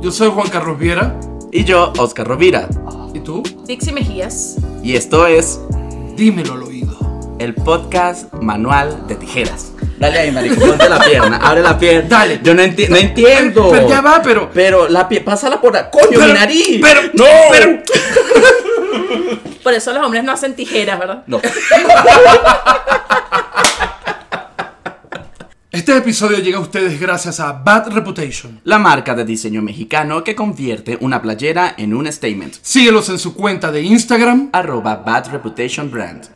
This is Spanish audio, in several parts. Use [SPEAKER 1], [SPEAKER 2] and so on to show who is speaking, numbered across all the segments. [SPEAKER 1] Yo soy Juan Carlos Viera.
[SPEAKER 2] Y yo, Oscar Rovira.
[SPEAKER 1] ¿Y tú?
[SPEAKER 3] Dixie Mejías.
[SPEAKER 2] Y esto es
[SPEAKER 1] Dímelo al oído.
[SPEAKER 2] el podcast Manual de Tijeras. Dale ahí, marico, ponte la pierna, abre la pierna.
[SPEAKER 1] Dale.
[SPEAKER 2] Yo no, enti- no entiendo.
[SPEAKER 1] Pero ya va, pero.
[SPEAKER 2] Pero la pie, pásala por la. ¡Coño, mi
[SPEAKER 1] Pero-
[SPEAKER 2] nariz!
[SPEAKER 1] pero-
[SPEAKER 2] ¡No!
[SPEAKER 1] pero-
[SPEAKER 3] Por eso los hombres no hacen tijeras, ¿verdad?
[SPEAKER 2] No.
[SPEAKER 1] Este episodio llega a ustedes gracias a Bad Reputation.
[SPEAKER 2] La marca de diseño mexicano que convierte una playera en un statement.
[SPEAKER 1] Síguelos en su cuenta de Instagram.
[SPEAKER 2] Arroba Bad Reputation Brand.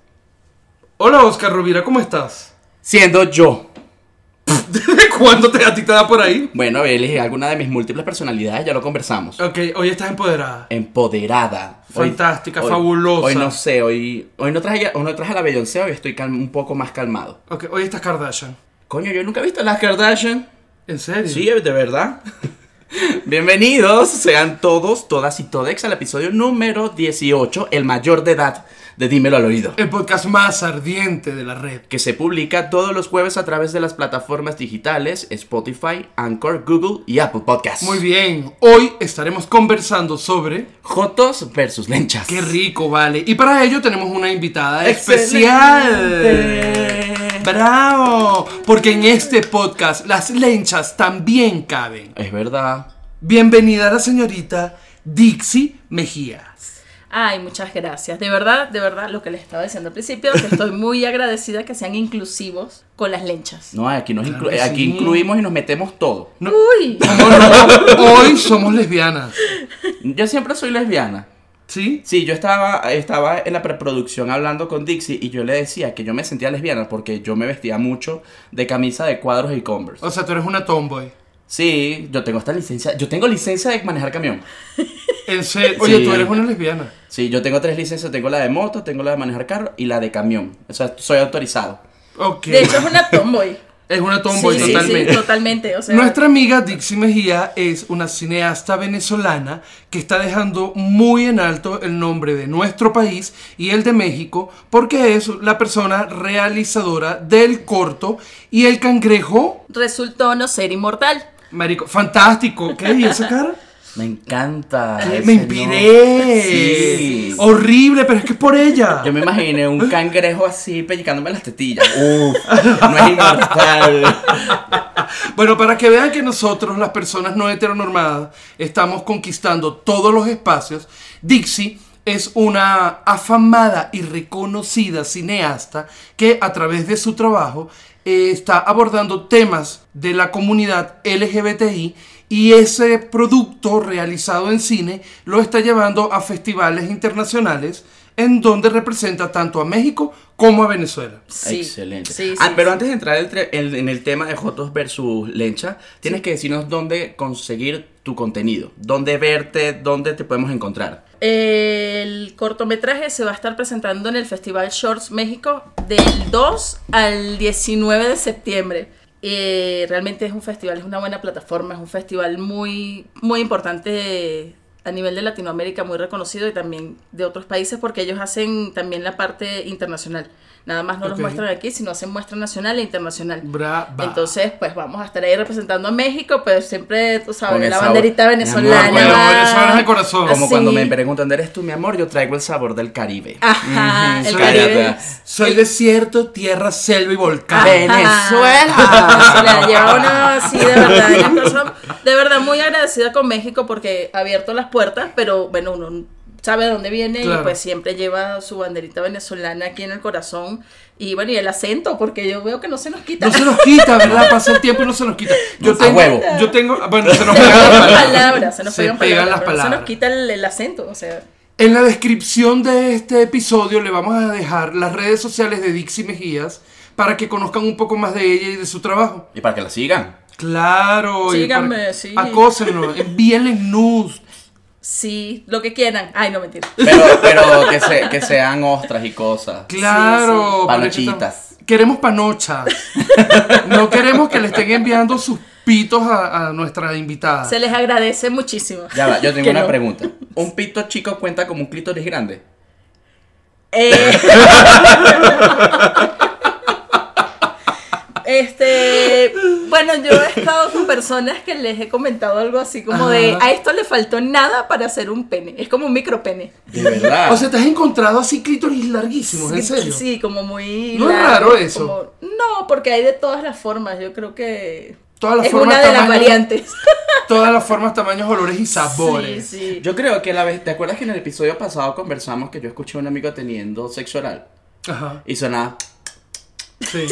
[SPEAKER 1] Hola, Oscar Rovira, ¿cómo estás?
[SPEAKER 2] Siendo yo.
[SPEAKER 1] ¿Desde cuándo te, a ti te da por ahí?
[SPEAKER 2] Bueno, elegí alguna de mis múltiples personalidades, ya lo conversamos.
[SPEAKER 1] Ok, hoy estás empoderada.
[SPEAKER 2] empoderada. Hoy-
[SPEAKER 1] Fantástica, fabulosa.
[SPEAKER 2] Hoy no sé, hoy, hoy, no traje, hoy no traje la Beyoncé, hoy estoy calm- un poco más calmado.
[SPEAKER 1] Ok, hoy estás Kardashian.
[SPEAKER 2] Coño, yo nunca he visto las Kardashian.
[SPEAKER 1] ¿En serio?
[SPEAKER 2] Sí, de verdad. Bienvenidos sean todos, todas y todex al episodio número 18, el mayor de edad de Dímelo al Oído.
[SPEAKER 1] El podcast más ardiente de la red.
[SPEAKER 2] Que se publica todos los jueves a través de las plataformas digitales Spotify, Anchor, Google y Apple Podcasts.
[SPEAKER 1] Muy bien, hoy estaremos conversando sobre
[SPEAKER 2] Jotos versus lenchas.
[SPEAKER 1] Qué rico, vale. Y para ello tenemos una invitada especial.
[SPEAKER 2] Excelente.
[SPEAKER 1] ¡Bravo! Porque en este podcast las lenchas también caben.
[SPEAKER 2] Es verdad.
[SPEAKER 1] Bienvenida la señorita Dixie Mejías.
[SPEAKER 3] Ay, muchas gracias. De verdad, de verdad, lo que les estaba diciendo al principio, que estoy muy agradecida que sean inclusivos con las lenchas.
[SPEAKER 2] No, aquí, nos
[SPEAKER 1] Claro
[SPEAKER 2] inclu-
[SPEAKER 1] que
[SPEAKER 2] aquí
[SPEAKER 1] sí.
[SPEAKER 2] incluimos y nos metemos todo.
[SPEAKER 3] Uy,
[SPEAKER 1] No, no, hoy somos lesbianas.
[SPEAKER 2] Yo siempre soy lesbiana.
[SPEAKER 1] ¿Sí?
[SPEAKER 2] Sí, yo estaba, estaba en la preproducción hablando con Dixie y yo le decía que yo me sentía lesbiana porque yo me vestía mucho de camisa de cuadros y converse.
[SPEAKER 1] O sea, tú eres una tomboy.
[SPEAKER 2] Sí, yo tengo esta licencia. Yo tengo licencia de manejar camión.
[SPEAKER 1] En serio. Oye,
[SPEAKER 2] Sí.
[SPEAKER 1] tú eres una lesbiana.
[SPEAKER 2] Sí, yo tengo tres licencias. Tengo la de moto, tengo la de manejar carro y la de camión. O sea, soy autorizado.
[SPEAKER 1] Ok.
[SPEAKER 3] de hecho es una tomboy.
[SPEAKER 1] es una tomboy
[SPEAKER 3] sí,
[SPEAKER 1] totalmente.
[SPEAKER 3] sí, totalmente. O sea,
[SPEAKER 1] Nuestra amiga Dixie Mejía es una cineasta venezolana que está dejando muy en alto el nombre de nuestro país y el de México porque es la persona realizadora del corto y el cangrejo.
[SPEAKER 3] resultó no ser inmortal.
[SPEAKER 1] Marico, fantástico. ¿Qué? ¿Y esa cara?
[SPEAKER 2] Me encanta. ese
[SPEAKER 1] Me inspiré.
[SPEAKER 2] Sí.
[SPEAKER 1] Horrible, pero es que es por ella.
[SPEAKER 2] Yo me imaginé un cangrejo así pellizcándome las tetillas. Uf, no es inmortal.
[SPEAKER 1] Bueno, para que vean que nosotros, las personas no heteronormadas, estamos conquistando todos los espacios, Dixie es una afamada y reconocida cineasta que a través de su trabajo eh, está abordando temas de la comunidad LGBTI y ese producto realizado en cine lo está llevando a festivales internacionales en donde representa tanto a México como a Venezuela.
[SPEAKER 3] Sí,
[SPEAKER 2] Excelente.
[SPEAKER 3] Sí,
[SPEAKER 2] Ah,
[SPEAKER 3] sí,
[SPEAKER 2] pero
[SPEAKER 3] sí.
[SPEAKER 2] antes de entrar el tre- en, en el tema de Jotos versus Lencha, tienes que decirnos dónde conseguir tu contenido, dónde verte, dónde te podemos encontrar.
[SPEAKER 3] El cortometraje se va a estar presentando en el Festival Shorts México del 2 al 19 de septiembre. Eh, realmente es un festival, es una buena plataforma, es un festival muy, muy importante a nivel de Latinoamérica, muy reconocido y también de otros países porque ellos hacen también la parte internacional. Nada más no
[SPEAKER 1] Ok.
[SPEAKER 3] los muestran aquí, sino hacen muestra nacional e internacional.
[SPEAKER 1] Brava.
[SPEAKER 3] Entonces, pues vamos a estar ahí representando a México, pero siempre, tú
[SPEAKER 2] Con
[SPEAKER 3] sabes,
[SPEAKER 2] el
[SPEAKER 3] la
[SPEAKER 2] sabor. Mi
[SPEAKER 3] banderita
[SPEAKER 2] amor,
[SPEAKER 3] venezolana.
[SPEAKER 1] Bueno,
[SPEAKER 2] Ah,
[SPEAKER 1] eso es el corazón.
[SPEAKER 2] Como
[SPEAKER 3] Así.
[SPEAKER 2] cuando me preguntan, ¿eres tú mi amor? Yo traigo el sabor del Caribe.
[SPEAKER 3] Ajá,
[SPEAKER 2] Ujú,
[SPEAKER 3] el
[SPEAKER 2] cállate.
[SPEAKER 3] Caribe.
[SPEAKER 1] Soy desierto, tierra, selva y volcán.
[SPEAKER 3] Ajá.
[SPEAKER 2] Venezuela.
[SPEAKER 1] Ah.
[SPEAKER 3] Se la lleva una así de verdad. en el corazón. De verdad, muy agradecida con México porque ha abierto las puertas, pero bueno, uno sabe de dónde viene
[SPEAKER 1] Claro.
[SPEAKER 3] y pues siempre lleva su banderita venezolana aquí en el corazón. Y bueno, y el acento, porque yo veo que no se nos quita.
[SPEAKER 1] No se nos quita, ¿verdad? Pasa el tiempo y no se nos quita. Yo
[SPEAKER 2] No se
[SPEAKER 1] tengo,
[SPEAKER 2] huevo.
[SPEAKER 1] yo tengo, bueno, se nos
[SPEAKER 3] Se nos
[SPEAKER 1] pegan las
[SPEAKER 3] pegan
[SPEAKER 1] palabras.
[SPEAKER 3] palabras, se nos
[SPEAKER 1] Se
[SPEAKER 3] pegan
[SPEAKER 1] pegan
[SPEAKER 3] palabras,
[SPEAKER 1] las
[SPEAKER 3] pero no se
[SPEAKER 1] palabras.
[SPEAKER 3] nos quita el, el acento, o sea.
[SPEAKER 1] En la descripción de este episodio le vamos a dejar las redes sociales de Dixie Mejías para que conozcan un poco más de ella y de su trabajo.
[SPEAKER 2] Y para que la sigan.
[SPEAKER 1] Claro. y para-
[SPEAKER 3] Síganme, sí.
[SPEAKER 1] Acósenlo, envíenle news.
[SPEAKER 3] Sí, lo que quieran. Ay, no, mentira.
[SPEAKER 2] Pero, pero que, se- que sean ostras y cosas.
[SPEAKER 1] Claro.
[SPEAKER 2] sí.
[SPEAKER 1] para que estamos-
[SPEAKER 2] Panochitas.
[SPEAKER 1] Queremos panochas. No queremos que le estén enviando sus pitos a, a nuestra invitada.
[SPEAKER 3] Se les agradece muchísimo.
[SPEAKER 2] Ya va, yo tengo
[SPEAKER 3] Que
[SPEAKER 2] una
[SPEAKER 3] no.
[SPEAKER 2] pregunta. ¿Un pito chico cuenta como un clítoris grande?
[SPEAKER 3] Eh. este, bueno, Bueno, yo he estado con personas que les he comentado algo así como de
[SPEAKER 1] Ajá.
[SPEAKER 3] a esto le faltó nada para hacer un pene. Es como un micro pene.
[SPEAKER 2] De verdad.
[SPEAKER 1] O sea, te has encontrado así clítoris larguísimos, ¿en serio?
[SPEAKER 3] Sí, como muy.
[SPEAKER 1] ¿No es raro eso?
[SPEAKER 3] como- no, porque hay de todas las formas. Yo creo que.
[SPEAKER 1] Todas las
[SPEAKER 3] es
[SPEAKER 1] formas,
[SPEAKER 3] una de las
[SPEAKER 1] tamaños-
[SPEAKER 3] variantes.
[SPEAKER 1] Todas las formas, tamaños, olores y sabores.
[SPEAKER 3] Sí, sí.
[SPEAKER 2] yo creo que la vez. ¿Te acuerdas que en el episodio pasado conversamos que yo escuché a un amigo teniendo sexo oral?
[SPEAKER 1] Ajá,
[SPEAKER 2] Y sonaba.
[SPEAKER 1] sí.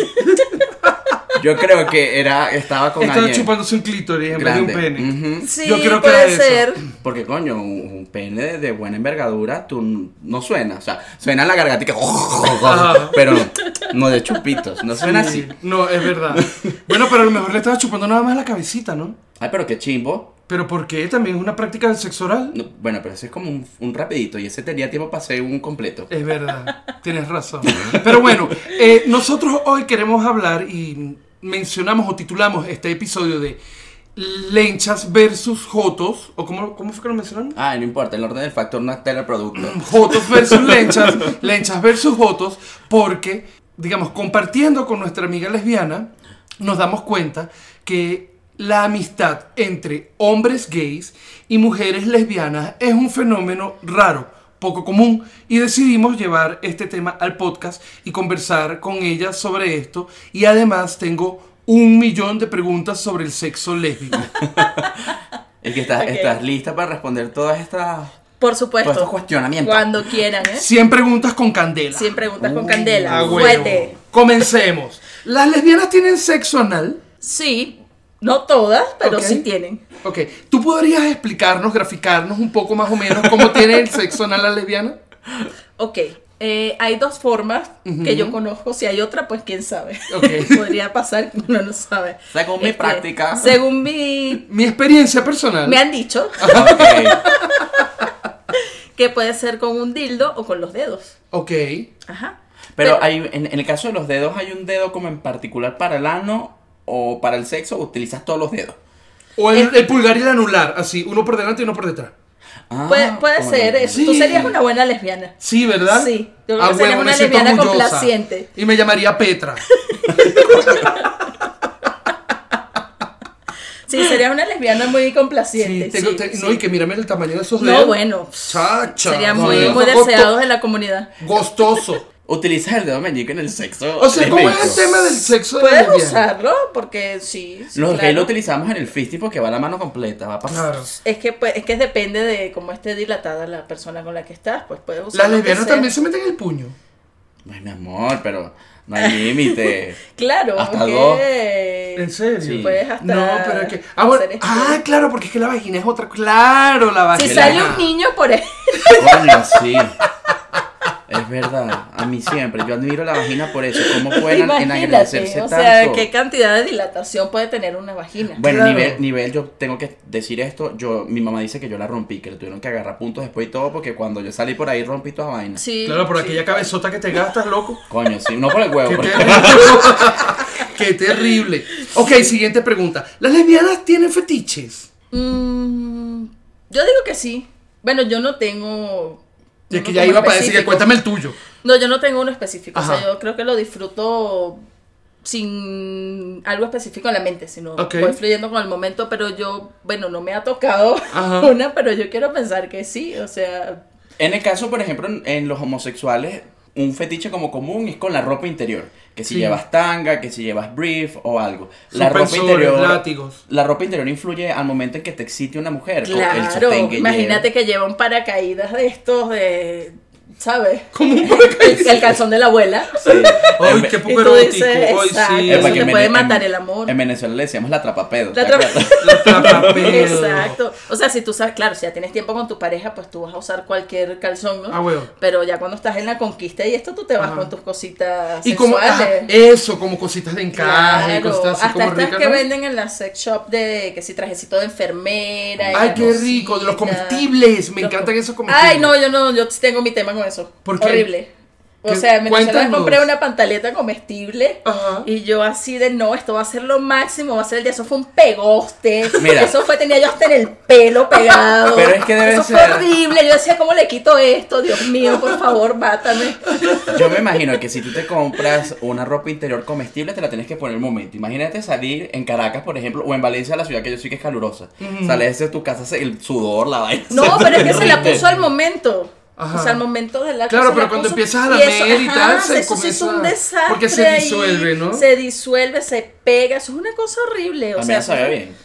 [SPEAKER 2] Yo creo que era. Estaba con
[SPEAKER 1] Estaba
[SPEAKER 2] alguien
[SPEAKER 1] chupándose un clítoris en
[SPEAKER 2] grande.
[SPEAKER 1] vez de un pene.
[SPEAKER 2] Ujú.
[SPEAKER 3] Sí,
[SPEAKER 1] Yo creo que
[SPEAKER 3] puede
[SPEAKER 1] era eso.
[SPEAKER 3] ser.
[SPEAKER 2] Porque, coño, un, un pene de buena envergadura tú n- no suena. O sea, suena la gargatica.
[SPEAKER 1] Ajá.
[SPEAKER 2] pero no de chupitos. No suena
[SPEAKER 1] Sí,
[SPEAKER 2] así.
[SPEAKER 1] No, es verdad. bueno, pero a lo mejor le estaba chupando nada más la cabecita, ¿no?
[SPEAKER 2] Ay, pero qué chimbo.
[SPEAKER 1] Pero ¿por qué? También es una práctica del sexo oral.
[SPEAKER 2] No, bueno, pero ese es como un, un rapidito. Y ese tenía tiempo para hacer un completo.
[SPEAKER 1] Es verdad, tienes razón. Pero bueno, eh, nosotros hoy queremos hablar y mencionamos o titulamos este episodio de Lenchas versus Jotos, o cómo, cómo fue que lo mencionaron?
[SPEAKER 2] Ah, no importa. El orden del factor no altera el producto.
[SPEAKER 1] Jotos versus Lenchas, Lenchas versus Jotos, porque, digamos, compartiendo con nuestra amiga lesbiana, nos damos cuenta que la amistad entre hombres gays y mujeres lesbianas es un fenómeno raro, poco común, y decidimos llevar este tema al podcast y conversar con ella sobre esto. Y además tengo un millón de preguntas sobre el sexo lésbico.
[SPEAKER 2] Es que estás,
[SPEAKER 3] Ok.
[SPEAKER 2] estás lista para responder todas estas.
[SPEAKER 3] Por
[SPEAKER 2] Todos estos
[SPEAKER 3] supuesto.
[SPEAKER 2] cuestionamientos.
[SPEAKER 3] Cuando quieran, ¿eh?
[SPEAKER 1] 100 preguntas con candela.
[SPEAKER 3] Cien preguntas con
[SPEAKER 2] Uh,
[SPEAKER 1] A
[SPEAKER 3] candela.
[SPEAKER 1] ah, huevo.
[SPEAKER 3] Fuete.
[SPEAKER 1] Comencemos. ¿Las lesbianas tienen sexo anal?
[SPEAKER 3] Sí, no todas, pero
[SPEAKER 1] Ok.
[SPEAKER 3] sí tienen.
[SPEAKER 1] Ok. ¿Tú podrías explicarnos, graficarnos un poco más o menos cómo tiene el sexo anal la lesbiana?
[SPEAKER 3] Ok, eh, hay dos formas que yo conozco. Si hay otra, pues quién sabe.
[SPEAKER 1] Ok.
[SPEAKER 3] Podría pasar, uno no sabe. Este,
[SPEAKER 2] Según mi práctica.
[SPEAKER 3] Según mi.
[SPEAKER 1] Mi experiencia personal.
[SPEAKER 3] Me han dicho
[SPEAKER 2] Ok.
[SPEAKER 3] que puede ser con un dildo o con los dedos.
[SPEAKER 1] Ok.
[SPEAKER 3] Ajá.
[SPEAKER 2] Pero hay, en, en el caso de los dedos, ¿hay un dedo como en particular para el ano o para el sexo? ¿O utilizas todos los dedos?
[SPEAKER 1] O el, el pulgar y el anular, así, uno por delante y uno por detrás.
[SPEAKER 2] Ah,
[SPEAKER 3] Puede, puede
[SPEAKER 2] como-
[SPEAKER 3] ser eso. Tú
[SPEAKER 1] Sí.
[SPEAKER 3] serías una buena lesbiana.
[SPEAKER 1] Sí, ¿verdad?
[SPEAKER 3] Sí. Yo creo
[SPEAKER 1] Ah,
[SPEAKER 3] que serías
[SPEAKER 1] huevo, me
[SPEAKER 3] una
[SPEAKER 1] siento
[SPEAKER 3] lesbiana
[SPEAKER 1] orgullosa.
[SPEAKER 3] complaciente.
[SPEAKER 1] Y me llamaría Petra.
[SPEAKER 3] Sí, serías una lesbiana muy complaciente.
[SPEAKER 1] Sí, tengo-
[SPEAKER 3] sí,
[SPEAKER 1] te-
[SPEAKER 3] sí.
[SPEAKER 1] No, y que mírame el tamaño de esos
[SPEAKER 3] No,
[SPEAKER 1] dedos.
[SPEAKER 3] bueno.
[SPEAKER 1] Chacha.
[SPEAKER 3] Serían
[SPEAKER 1] no,
[SPEAKER 3] muy,
[SPEAKER 1] dedos
[SPEAKER 3] muy
[SPEAKER 1] gosto-
[SPEAKER 3] deseados de la comunidad.
[SPEAKER 1] Gostoso.
[SPEAKER 2] Utilizas el dedo meñique en el sexo.
[SPEAKER 1] O sea, ¿cómo es
[SPEAKER 2] lésbico.
[SPEAKER 1] el tema del sexo de
[SPEAKER 3] Puedes
[SPEAKER 1] lesbiana?
[SPEAKER 3] usarlo porque sí. sí,
[SPEAKER 2] Los
[SPEAKER 3] claro.
[SPEAKER 2] gays lo utilizamos en el fisting porque va la mano completa. Va para...
[SPEAKER 1] Claro.
[SPEAKER 3] Es que, pues, es que depende de cómo esté dilatada la persona con la que estás, pues puedes usar.
[SPEAKER 1] Las
[SPEAKER 3] lo que
[SPEAKER 1] lesbianas
[SPEAKER 3] sea.
[SPEAKER 1] también se meten el puño.
[SPEAKER 2] Ay, mi amor, pero no hay límite.
[SPEAKER 3] Claro,
[SPEAKER 2] Hasta
[SPEAKER 3] porque-
[SPEAKER 2] dos.
[SPEAKER 1] ¿En serio?
[SPEAKER 2] Sí.
[SPEAKER 3] Puedes hasta.
[SPEAKER 1] No, pero es que. Ah, bueno.
[SPEAKER 3] hacer esto.
[SPEAKER 1] Ah, claro, porque es que la vagina es otra. Claro, la
[SPEAKER 3] si
[SPEAKER 1] vagina.
[SPEAKER 3] sale un niño por él.
[SPEAKER 2] Coño, sí. Es verdad, a mí siempre. Yo admiro la vagina por eso. ¿Cómo pueden
[SPEAKER 3] Imagínate.
[SPEAKER 2] engrandecerse
[SPEAKER 3] O
[SPEAKER 2] tanto?
[SPEAKER 3] sea, qué cantidad de dilatación puede tener una vagina.
[SPEAKER 2] Bueno,
[SPEAKER 1] Claro.
[SPEAKER 2] nivel, nivel, yo tengo que decir esto. Yo, mi mamá dice que yo la rompí, que le tuvieron que agarrar puntos después y todo, porque cuando yo salí por ahí rompí toda vaina.
[SPEAKER 3] sí.
[SPEAKER 1] Claro, por
[SPEAKER 3] sí.
[SPEAKER 1] aquella cabezota que te gastas, loco.
[SPEAKER 2] Coño, sí, no por el huevo.
[SPEAKER 1] Qué
[SPEAKER 2] porque-
[SPEAKER 1] terrible. Qué terrible. Ok, siguiente pregunta. ¿Las lesbianas tienen fetiches?
[SPEAKER 3] Mm, yo digo que sí. Bueno, yo no tengo.
[SPEAKER 1] Y es
[SPEAKER 3] uno
[SPEAKER 1] que ya
[SPEAKER 3] como
[SPEAKER 1] iba para decir que
[SPEAKER 3] específico.
[SPEAKER 1] cuéntame el tuyo.
[SPEAKER 3] No, yo no tengo uno específico. O
[SPEAKER 1] Ajá.
[SPEAKER 3] sea, yo creo que lo disfruto sin algo específico en la mente, sino
[SPEAKER 1] Ok.
[SPEAKER 3] voy fluyendo con el momento, pero yo, bueno, no me ha tocado
[SPEAKER 1] Ajá.
[SPEAKER 3] una, pero yo quiero pensar que sí, o sea,
[SPEAKER 2] En el caso, por ejemplo, en- en los homosexuales, un fetiche como común es con la ropa interior. Que si
[SPEAKER 1] Sí.
[SPEAKER 2] llevas tanga, que si llevas brief o algo. La ropa
[SPEAKER 1] Suspensores,
[SPEAKER 2] interior.
[SPEAKER 1] látigos.
[SPEAKER 2] La ropa interior influye al momento en que te excite una mujer. con el
[SPEAKER 3] claro,
[SPEAKER 2] sostén que
[SPEAKER 3] imagínate
[SPEAKER 2] lleva.
[SPEAKER 3] que lleva un paracaídas de estos de, ¿sabes?
[SPEAKER 1] Como un
[SPEAKER 3] El, el calzón de la abuela.
[SPEAKER 2] Sí. En
[SPEAKER 1] Ay,
[SPEAKER 2] Ve-
[SPEAKER 1] qué
[SPEAKER 3] Y
[SPEAKER 1] poco
[SPEAKER 3] tú
[SPEAKER 1] erótico.
[SPEAKER 3] dices,
[SPEAKER 1] Ay,
[SPEAKER 3] exacto,
[SPEAKER 1] sí.
[SPEAKER 2] en
[SPEAKER 3] eso
[SPEAKER 2] Ve-
[SPEAKER 3] te
[SPEAKER 2] en
[SPEAKER 3] puede
[SPEAKER 2] Vene- en-
[SPEAKER 3] matar el amor.
[SPEAKER 2] En Venezuela le decíamos la trapapedo.
[SPEAKER 3] La
[SPEAKER 2] ¿te
[SPEAKER 3] trapa-
[SPEAKER 2] acuerdas?
[SPEAKER 1] La trapapedo.
[SPEAKER 3] Exacto. O sea, si tú sabes, claro, si ya tienes tiempo con tu pareja, pues tú vas a usar cualquier calzón, ¿no?
[SPEAKER 1] Ah, huevo.
[SPEAKER 3] Pero ya cuando estás en la conquista y esto, tú te vas
[SPEAKER 1] Ajá.
[SPEAKER 3] con tus cositas
[SPEAKER 1] Y como
[SPEAKER 3] sensuales.
[SPEAKER 1] ajá, eso, como cositas de encaje,
[SPEAKER 3] Claro,
[SPEAKER 1] cositas así
[SPEAKER 3] hasta
[SPEAKER 1] como
[SPEAKER 3] estas
[SPEAKER 1] ricas.
[SPEAKER 3] que
[SPEAKER 1] ¿no?
[SPEAKER 3] venden en la sex shop de que si trajecito de enfermera. y
[SPEAKER 1] Ay,
[SPEAKER 3] la
[SPEAKER 1] qué rico, de los
[SPEAKER 3] cosita.
[SPEAKER 1] comestibles. Me
[SPEAKER 3] Los
[SPEAKER 1] encantan
[SPEAKER 3] com-
[SPEAKER 1] esos comestibles.
[SPEAKER 3] Ay, no, yo no, yo tengo mi tema con eso.
[SPEAKER 1] ¿Por qué?
[SPEAKER 3] Horrible. O
[SPEAKER 1] ¿Qué?
[SPEAKER 3] sea, en Venezuela
[SPEAKER 1] Cuéntanos.
[SPEAKER 3] compré una pantaleta comestible
[SPEAKER 1] Ajá.
[SPEAKER 3] y yo así de no, esto va a ser lo máximo, va a ser el día. Eso fue un pegoste.
[SPEAKER 2] Mira.
[SPEAKER 3] Eso fue, tenía yo hasta en el pelo pegado.
[SPEAKER 2] Pero es que debe
[SPEAKER 3] Eso
[SPEAKER 2] ser-
[SPEAKER 3] fue horrible. Yo decía, ¿cómo le quito esto? Dios mío, por favor, mátame.
[SPEAKER 2] Yo me imagino que si tú te compras una ropa interior comestible, te la tienes que poner un momento. Imagínate salir en Caracas, por ejemplo, o en Valencia, la ciudad que yo sí que es calurosa. Sales de tu casa, se- el sudor, la vaina.
[SPEAKER 3] No,
[SPEAKER 2] se-
[SPEAKER 3] pero es que se la
[SPEAKER 2] derrite.
[SPEAKER 3] puso al momento.
[SPEAKER 1] Ajá.
[SPEAKER 3] O sea, al momento de la
[SPEAKER 1] Claro,
[SPEAKER 3] se la
[SPEAKER 1] pero cuando
[SPEAKER 3] puso
[SPEAKER 1] empiezas a lamer
[SPEAKER 3] eso,
[SPEAKER 1] y
[SPEAKER 3] ajá,
[SPEAKER 1] tal, se
[SPEAKER 3] eso sí es un
[SPEAKER 1] comienza-
[SPEAKER 3] desastre.
[SPEAKER 1] porque se
[SPEAKER 3] ahí,
[SPEAKER 1] disuelve, ¿no?
[SPEAKER 3] Se disuelve, se pega. Eso es una cosa horrible. O
[SPEAKER 2] A mí
[SPEAKER 3] sea, ah,
[SPEAKER 2] me sabía bien.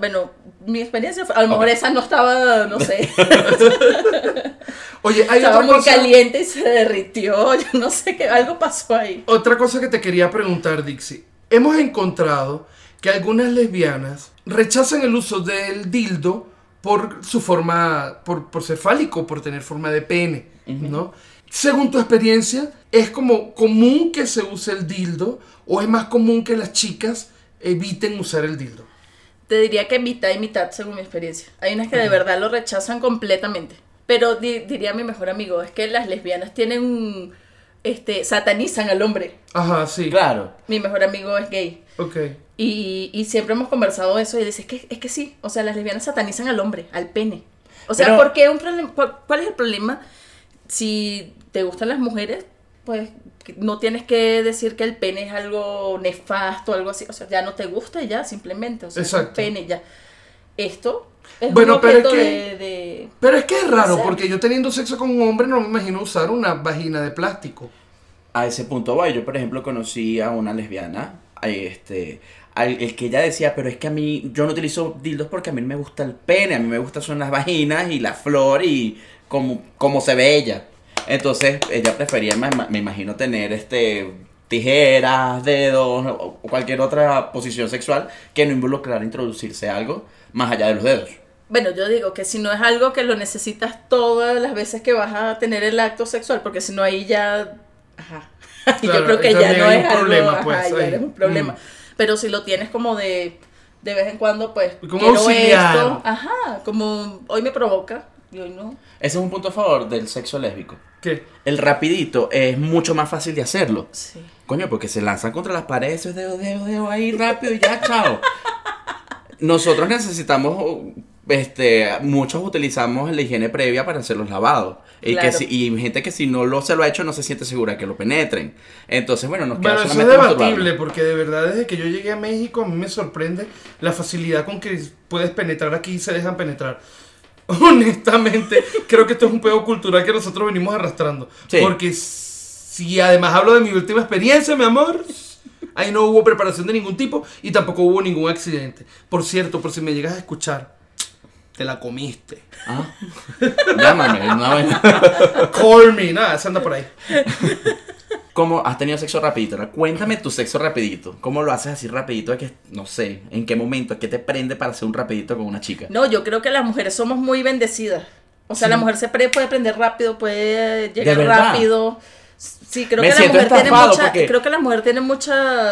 [SPEAKER 3] Bueno, mi experiencia fue. A lo mejor
[SPEAKER 2] Ok.
[SPEAKER 3] esa no estaba, no sé.
[SPEAKER 1] Oye, hay
[SPEAKER 3] estaba
[SPEAKER 1] otra
[SPEAKER 3] muy
[SPEAKER 1] cosa,
[SPEAKER 3] caliente y se derritió. Yo no sé qué. Algo pasó ahí.
[SPEAKER 1] otra cosa que te quería preguntar, Dixie. Hemos encontrado que algunas lesbianas rechazan el uso del dildo por su forma, por, por ser fálico, por tener forma de pene, ¿no? Según tu experiencia, ¿es como común que se use el dildo o es más común que las chicas eviten usar el dildo?
[SPEAKER 3] Te diría que mitad y mitad, según mi experiencia. Hay unas que de verdad lo rechazan completamente. Pero di- diría mi mejor amigo, es que las lesbianas tienen un. Este, satanizan al hombre.
[SPEAKER 1] Ajá, sí.
[SPEAKER 2] Claro.
[SPEAKER 3] Mi mejor amigo es gay.
[SPEAKER 1] Ok.
[SPEAKER 3] Y, y siempre hemos conversado eso y dice, es que, es que sí, o sea, las lesbianas satanizan al hombre, al pene. O sea,
[SPEAKER 2] Pero-
[SPEAKER 3] ¿por qué un problema? ¿Cuál, cuál es el problema? Si te gustan las mujeres, pues que no tienes que decir que el pene es algo nefasto, algo así. O sea, ya no te gusta y ya, simplemente. O sea, es un
[SPEAKER 1] Exacto.
[SPEAKER 3] pene ya. Esto es
[SPEAKER 1] Bueno,
[SPEAKER 3] un
[SPEAKER 1] pero es
[SPEAKER 3] objeto
[SPEAKER 1] que-
[SPEAKER 3] de- de...
[SPEAKER 1] Pero es que es raro,
[SPEAKER 3] Exacto.
[SPEAKER 1] porque yo teniendo sexo con un hombre no me imagino usar una vagina de plástico.
[SPEAKER 2] a ese punto voy. Yo, por ejemplo, conocí a una lesbiana, a este, al, el que ella decía, pero es que a mí, yo no utilizo dildos porque a mí no me gusta el pene, a mí me gustan son las vaginas y la flor y como, como se ve ella. Entonces, ella prefería, me, me imagino, tener este tijeras, dedos o o cualquier otra posición sexual que no involucrar introducirse algo más allá de los dedos.
[SPEAKER 3] Bueno, yo digo que si no es algo que lo necesitas todas las veces que vas a tener el acto sexual, porque si no ahí ya... Ajá. Y
[SPEAKER 1] Claro,
[SPEAKER 3] yo creo que ya
[SPEAKER 1] también
[SPEAKER 3] no
[SPEAKER 1] hay
[SPEAKER 3] es
[SPEAKER 1] un
[SPEAKER 3] algo...
[SPEAKER 1] problema,
[SPEAKER 3] ajá,
[SPEAKER 1] pues,
[SPEAKER 3] ya
[SPEAKER 1] ahí.
[SPEAKER 3] eres un problema.
[SPEAKER 1] Mm.
[SPEAKER 3] Pero si lo tienes como de... De vez en cuando, pues...
[SPEAKER 1] Como auxiliar.
[SPEAKER 3] Ajá, como hoy me provoca y hoy no.
[SPEAKER 2] Ese es un punto a favor del sexo lésbico.
[SPEAKER 1] ¿Qué?
[SPEAKER 2] El rapidito es mucho más fácil de hacerlo.
[SPEAKER 3] Sí.
[SPEAKER 2] Coño, porque se lanzan contra las paredes, eso es dedo, dedo, dedo, ahí rápido y ya, chao. Nosotros necesitamos, oh, este, muchos utilizamos la higiene previa para hacer los lavados. Y,
[SPEAKER 3] Claro.
[SPEAKER 2] que si- y gente que si no lo se lo ha hecho no se siente segura que lo penetren. Entonces, bueno, nos queda
[SPEAKER 1] Bueno, eso es
[SPEAKER 2] solamente
[SPEAKER 1] debatible,
[SPEAKER 2] masturbarnos.
[SPEAKER 1] porque de verdad desde que yo llegué a México a mí me sorprende la facilidad con que puedes penetrar aquí y se dejan penetrar. Honestamente, creo que esto es un pedo cultural que nosotros venimos arrastrando.
[SPEAKER 2] Sí.
[SPEAKER 1] Porque si además hablo de mi última experiencia, mi amor, ahí no hubo preparación de ningún tipo y tampoco hubo ningún accidente. Por cierto, por si me llegas a escuchar, te la comiste.
[SPEAKER 2] Ah. Llámame, una vaina.
[SPEAKER 1] Call me, nada, se anda por ahí.
[SPEAKER 2] ¿Cómo has tenido sexo rapidito? Ahora, Cuéntame tu sexo rapidito. ¿Cómo lo haces así rapidito? Es que, no sé, ¿en qué momento? ¿Qué te prende para hacer un rapidito con una chica?
[SPEAKER 3] No, yo creo que las mujeres somos muy bendecidas. O sea, la mujer se pre- puede aprender rápido, puede llegar
[SPEAKER 2] verdad?
[SPEAKER 3] rápido. Sí, creo
[SPEAKER 2] Me
[SPEAKER 3] que la
[SPEAKER 2] siento
[SPEAKER 3] mujer tiene
[SPEAKER 2] estafado
[SPEAKER 3] mucha,
[SPEAKER 2] porque-
[SPEAKER 3] creo que la mujer tiene mucha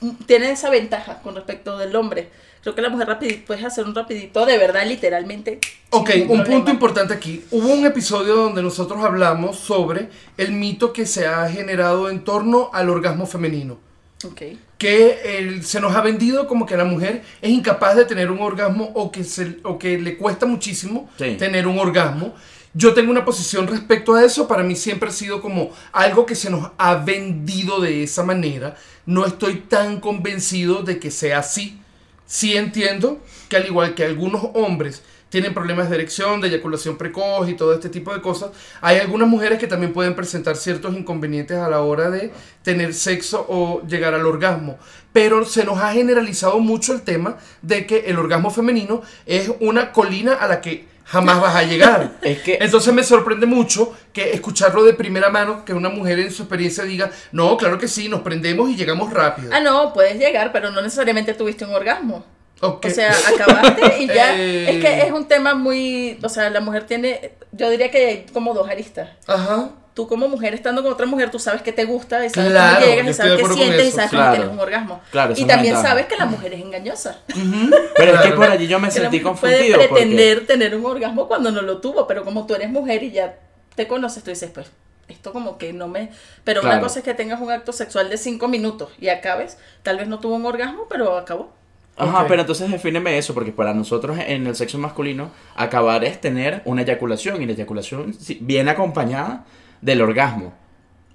[SPEAKER 3] mm, tiene esa ventaja con respecto del hombre. Creo que la mujer rapidito puedes hacer un rapidito de verdad literalmente.
[SPEAKER 1] Ok,
[SPEAKER 3] sin
[SPEAKER 1] un
[SPEAKER 3] ningún
[SPEAKER 1] punto
[SPEAKER 3] problema.
[SPEAKER 1] importante aquí. Hubo un episodio donde nosotros hablamos sobre el mito que se ha generado en torno al orgasmo femenino.
[SPEAKER 3] Ok.
[SPEAKER 1] Que el- se nos ha vendido como que la mujer es incapaz de tener un orgasmo o que, se, o que le cuesta muchísimo
[SPEAKER 2] Sí.
[SPEAKER 1] tener un orgasmo. Yo tengo una posición respecto a eso. Para mí siempre ha sido como algo que se nos ha vendido de esa manera. No estoy tan convencido de que sea así. Sí entiendo que al igual que algunos hombres tienen problemas de erección, de eyaculación precoz y todo este tipo de cosas, hay algunas mujeres que también pueden presentar ciertos inconvenientes a la hora de tener sexo o llegar al orgasmo. Pero se nos ha generalizado mucho el tema de que el orgasmo femenino es una colina a la que jamás vas a llegar.
[SPEAKER 2] Es que-
[SPEAKER 1] Entonces me sorprende mucho que escucharlo de primera mano, que una mujer en su experiencia diga, no, claro que sí, nos prendemos y llegamos rápido.
[SPEAKER 3] Ah, no, puedes llegar, pero no necesariamente tuviste un orgasmo.
[SPEAKER 1] Ok.
[SPEAKER 3] O sea, acabaste y ya.
[SPEAKER 1] Eh.
[SPEAKER 3] Es que es un tema muy, o sea, la mujer tiene yo diría que hay como dos aristas.
[SPEAKER 1] Ajá.
[SPEAKER 3] tú como mujer estando con otra mujer, tú sabes que te gusta y sabes
[SPEAKER 1] Claro,
[SPEAKER 3] cómo
[SPEAKER 1] yo
[SPEAKER 3] llegas y
[SPEAKER 1] estoy de
[SPEAKER 3] sabes qué
[SPEAKER 1] acuerdo con
[SPEAKER 3] sientes y
[SPEAKER 1] eso,
[SPEAKER 3] sabes
[SPEAKER 2] claro.
[SPEAKER 3] que tienes un orgasmo.
[SPEAKER 2] Claro, eso
[SPEAKER 3] y
[SPEAKER 2] es una
[SPEAKER 3] también
[SPEAKER 2] ventaja.
[SPEAKER 3] sabes que la mujer es engañosa.
[SPEAKER 2] Pero es que
[SPEAKER 1] Claro.
[SPEAKER 2] por allí yo me
[SPEAKER 3] Que la
[SPEAKER 2] sentí
[SPEAKER 3] mujer
[SPEAKER 2] confundido.
[SPEAKER 3] Puede
[SPEAKER 2] porque-
[SPEAKER 3] pretender tener un orgasmo cuando no lo tuvo, pero como tú eres mujer y ya te conoces, tú dices, pues esto como que no me... Pero una
[SPEAKER 2] Claro.
[SPEAKER 3] cosa es que tengas un acto sexual de cinco minutos y acabes, tal vez no tuvo un orgasmo, pero acabó.
[SPEAKER 2] Ajá,
[SPEAKER 1] Ok.
[SPEAKER 2] pero entonces defíneme eso, porque para nosotros en el sexo masculino, acabar es tener una eyaculación, y la eyaculación sí, viene acompañada del orgasmo.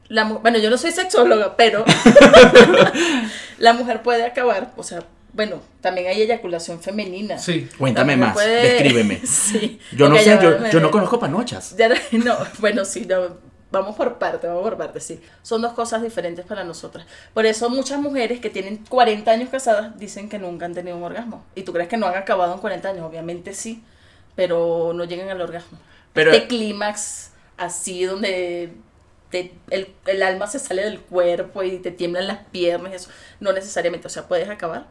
[SPEAKER 3] La mu- bueno, yo no soy sexóloga, pero la mujer puede acabar, o sea, bueno, también hay eyaculación femenina.
[SPEAKER 1] Sí.
[SPEAKER 2] Cuéntame
[SPEAKER 3] La mujer
[SPEAKER 2] más,
[SPEAKER 3] puede-
[SPEAKER 2] descríbeme.
[SPEAKER 3] sí.
[SPEAKER 2] Yo no
[SPEAKER 3] Ok,
[SPEAKER 2] sé,
[SPEAKER 3] ya
[SPEAKER 2] yo,
[SPEAKER 3] va,
[SPEAKER 2] yo no
[SPEAKER 3] me-
[SPEAKER 2] conozco panochas.
[SPEAKER 3] Ya no- no, bueno, sí, no, vamos por parte, vamos por parte, sí. Son dos cosas diferentes para nosotras. Por eso muchas mujeres que tienen 40 años casadas dicen que nunca han tenido un orgasmo. ¿Y tú crees que no han acabado en 40 años? Obviamente sí, pero no llegan al orgasmo.
[SPEAKER 2] Pero-
[SPEAKER 3] este clímax así donde te- el, el alma se sale del cuerpo y te tiemblan las piernas y eso, no necesariamente, o sea, puedes acabar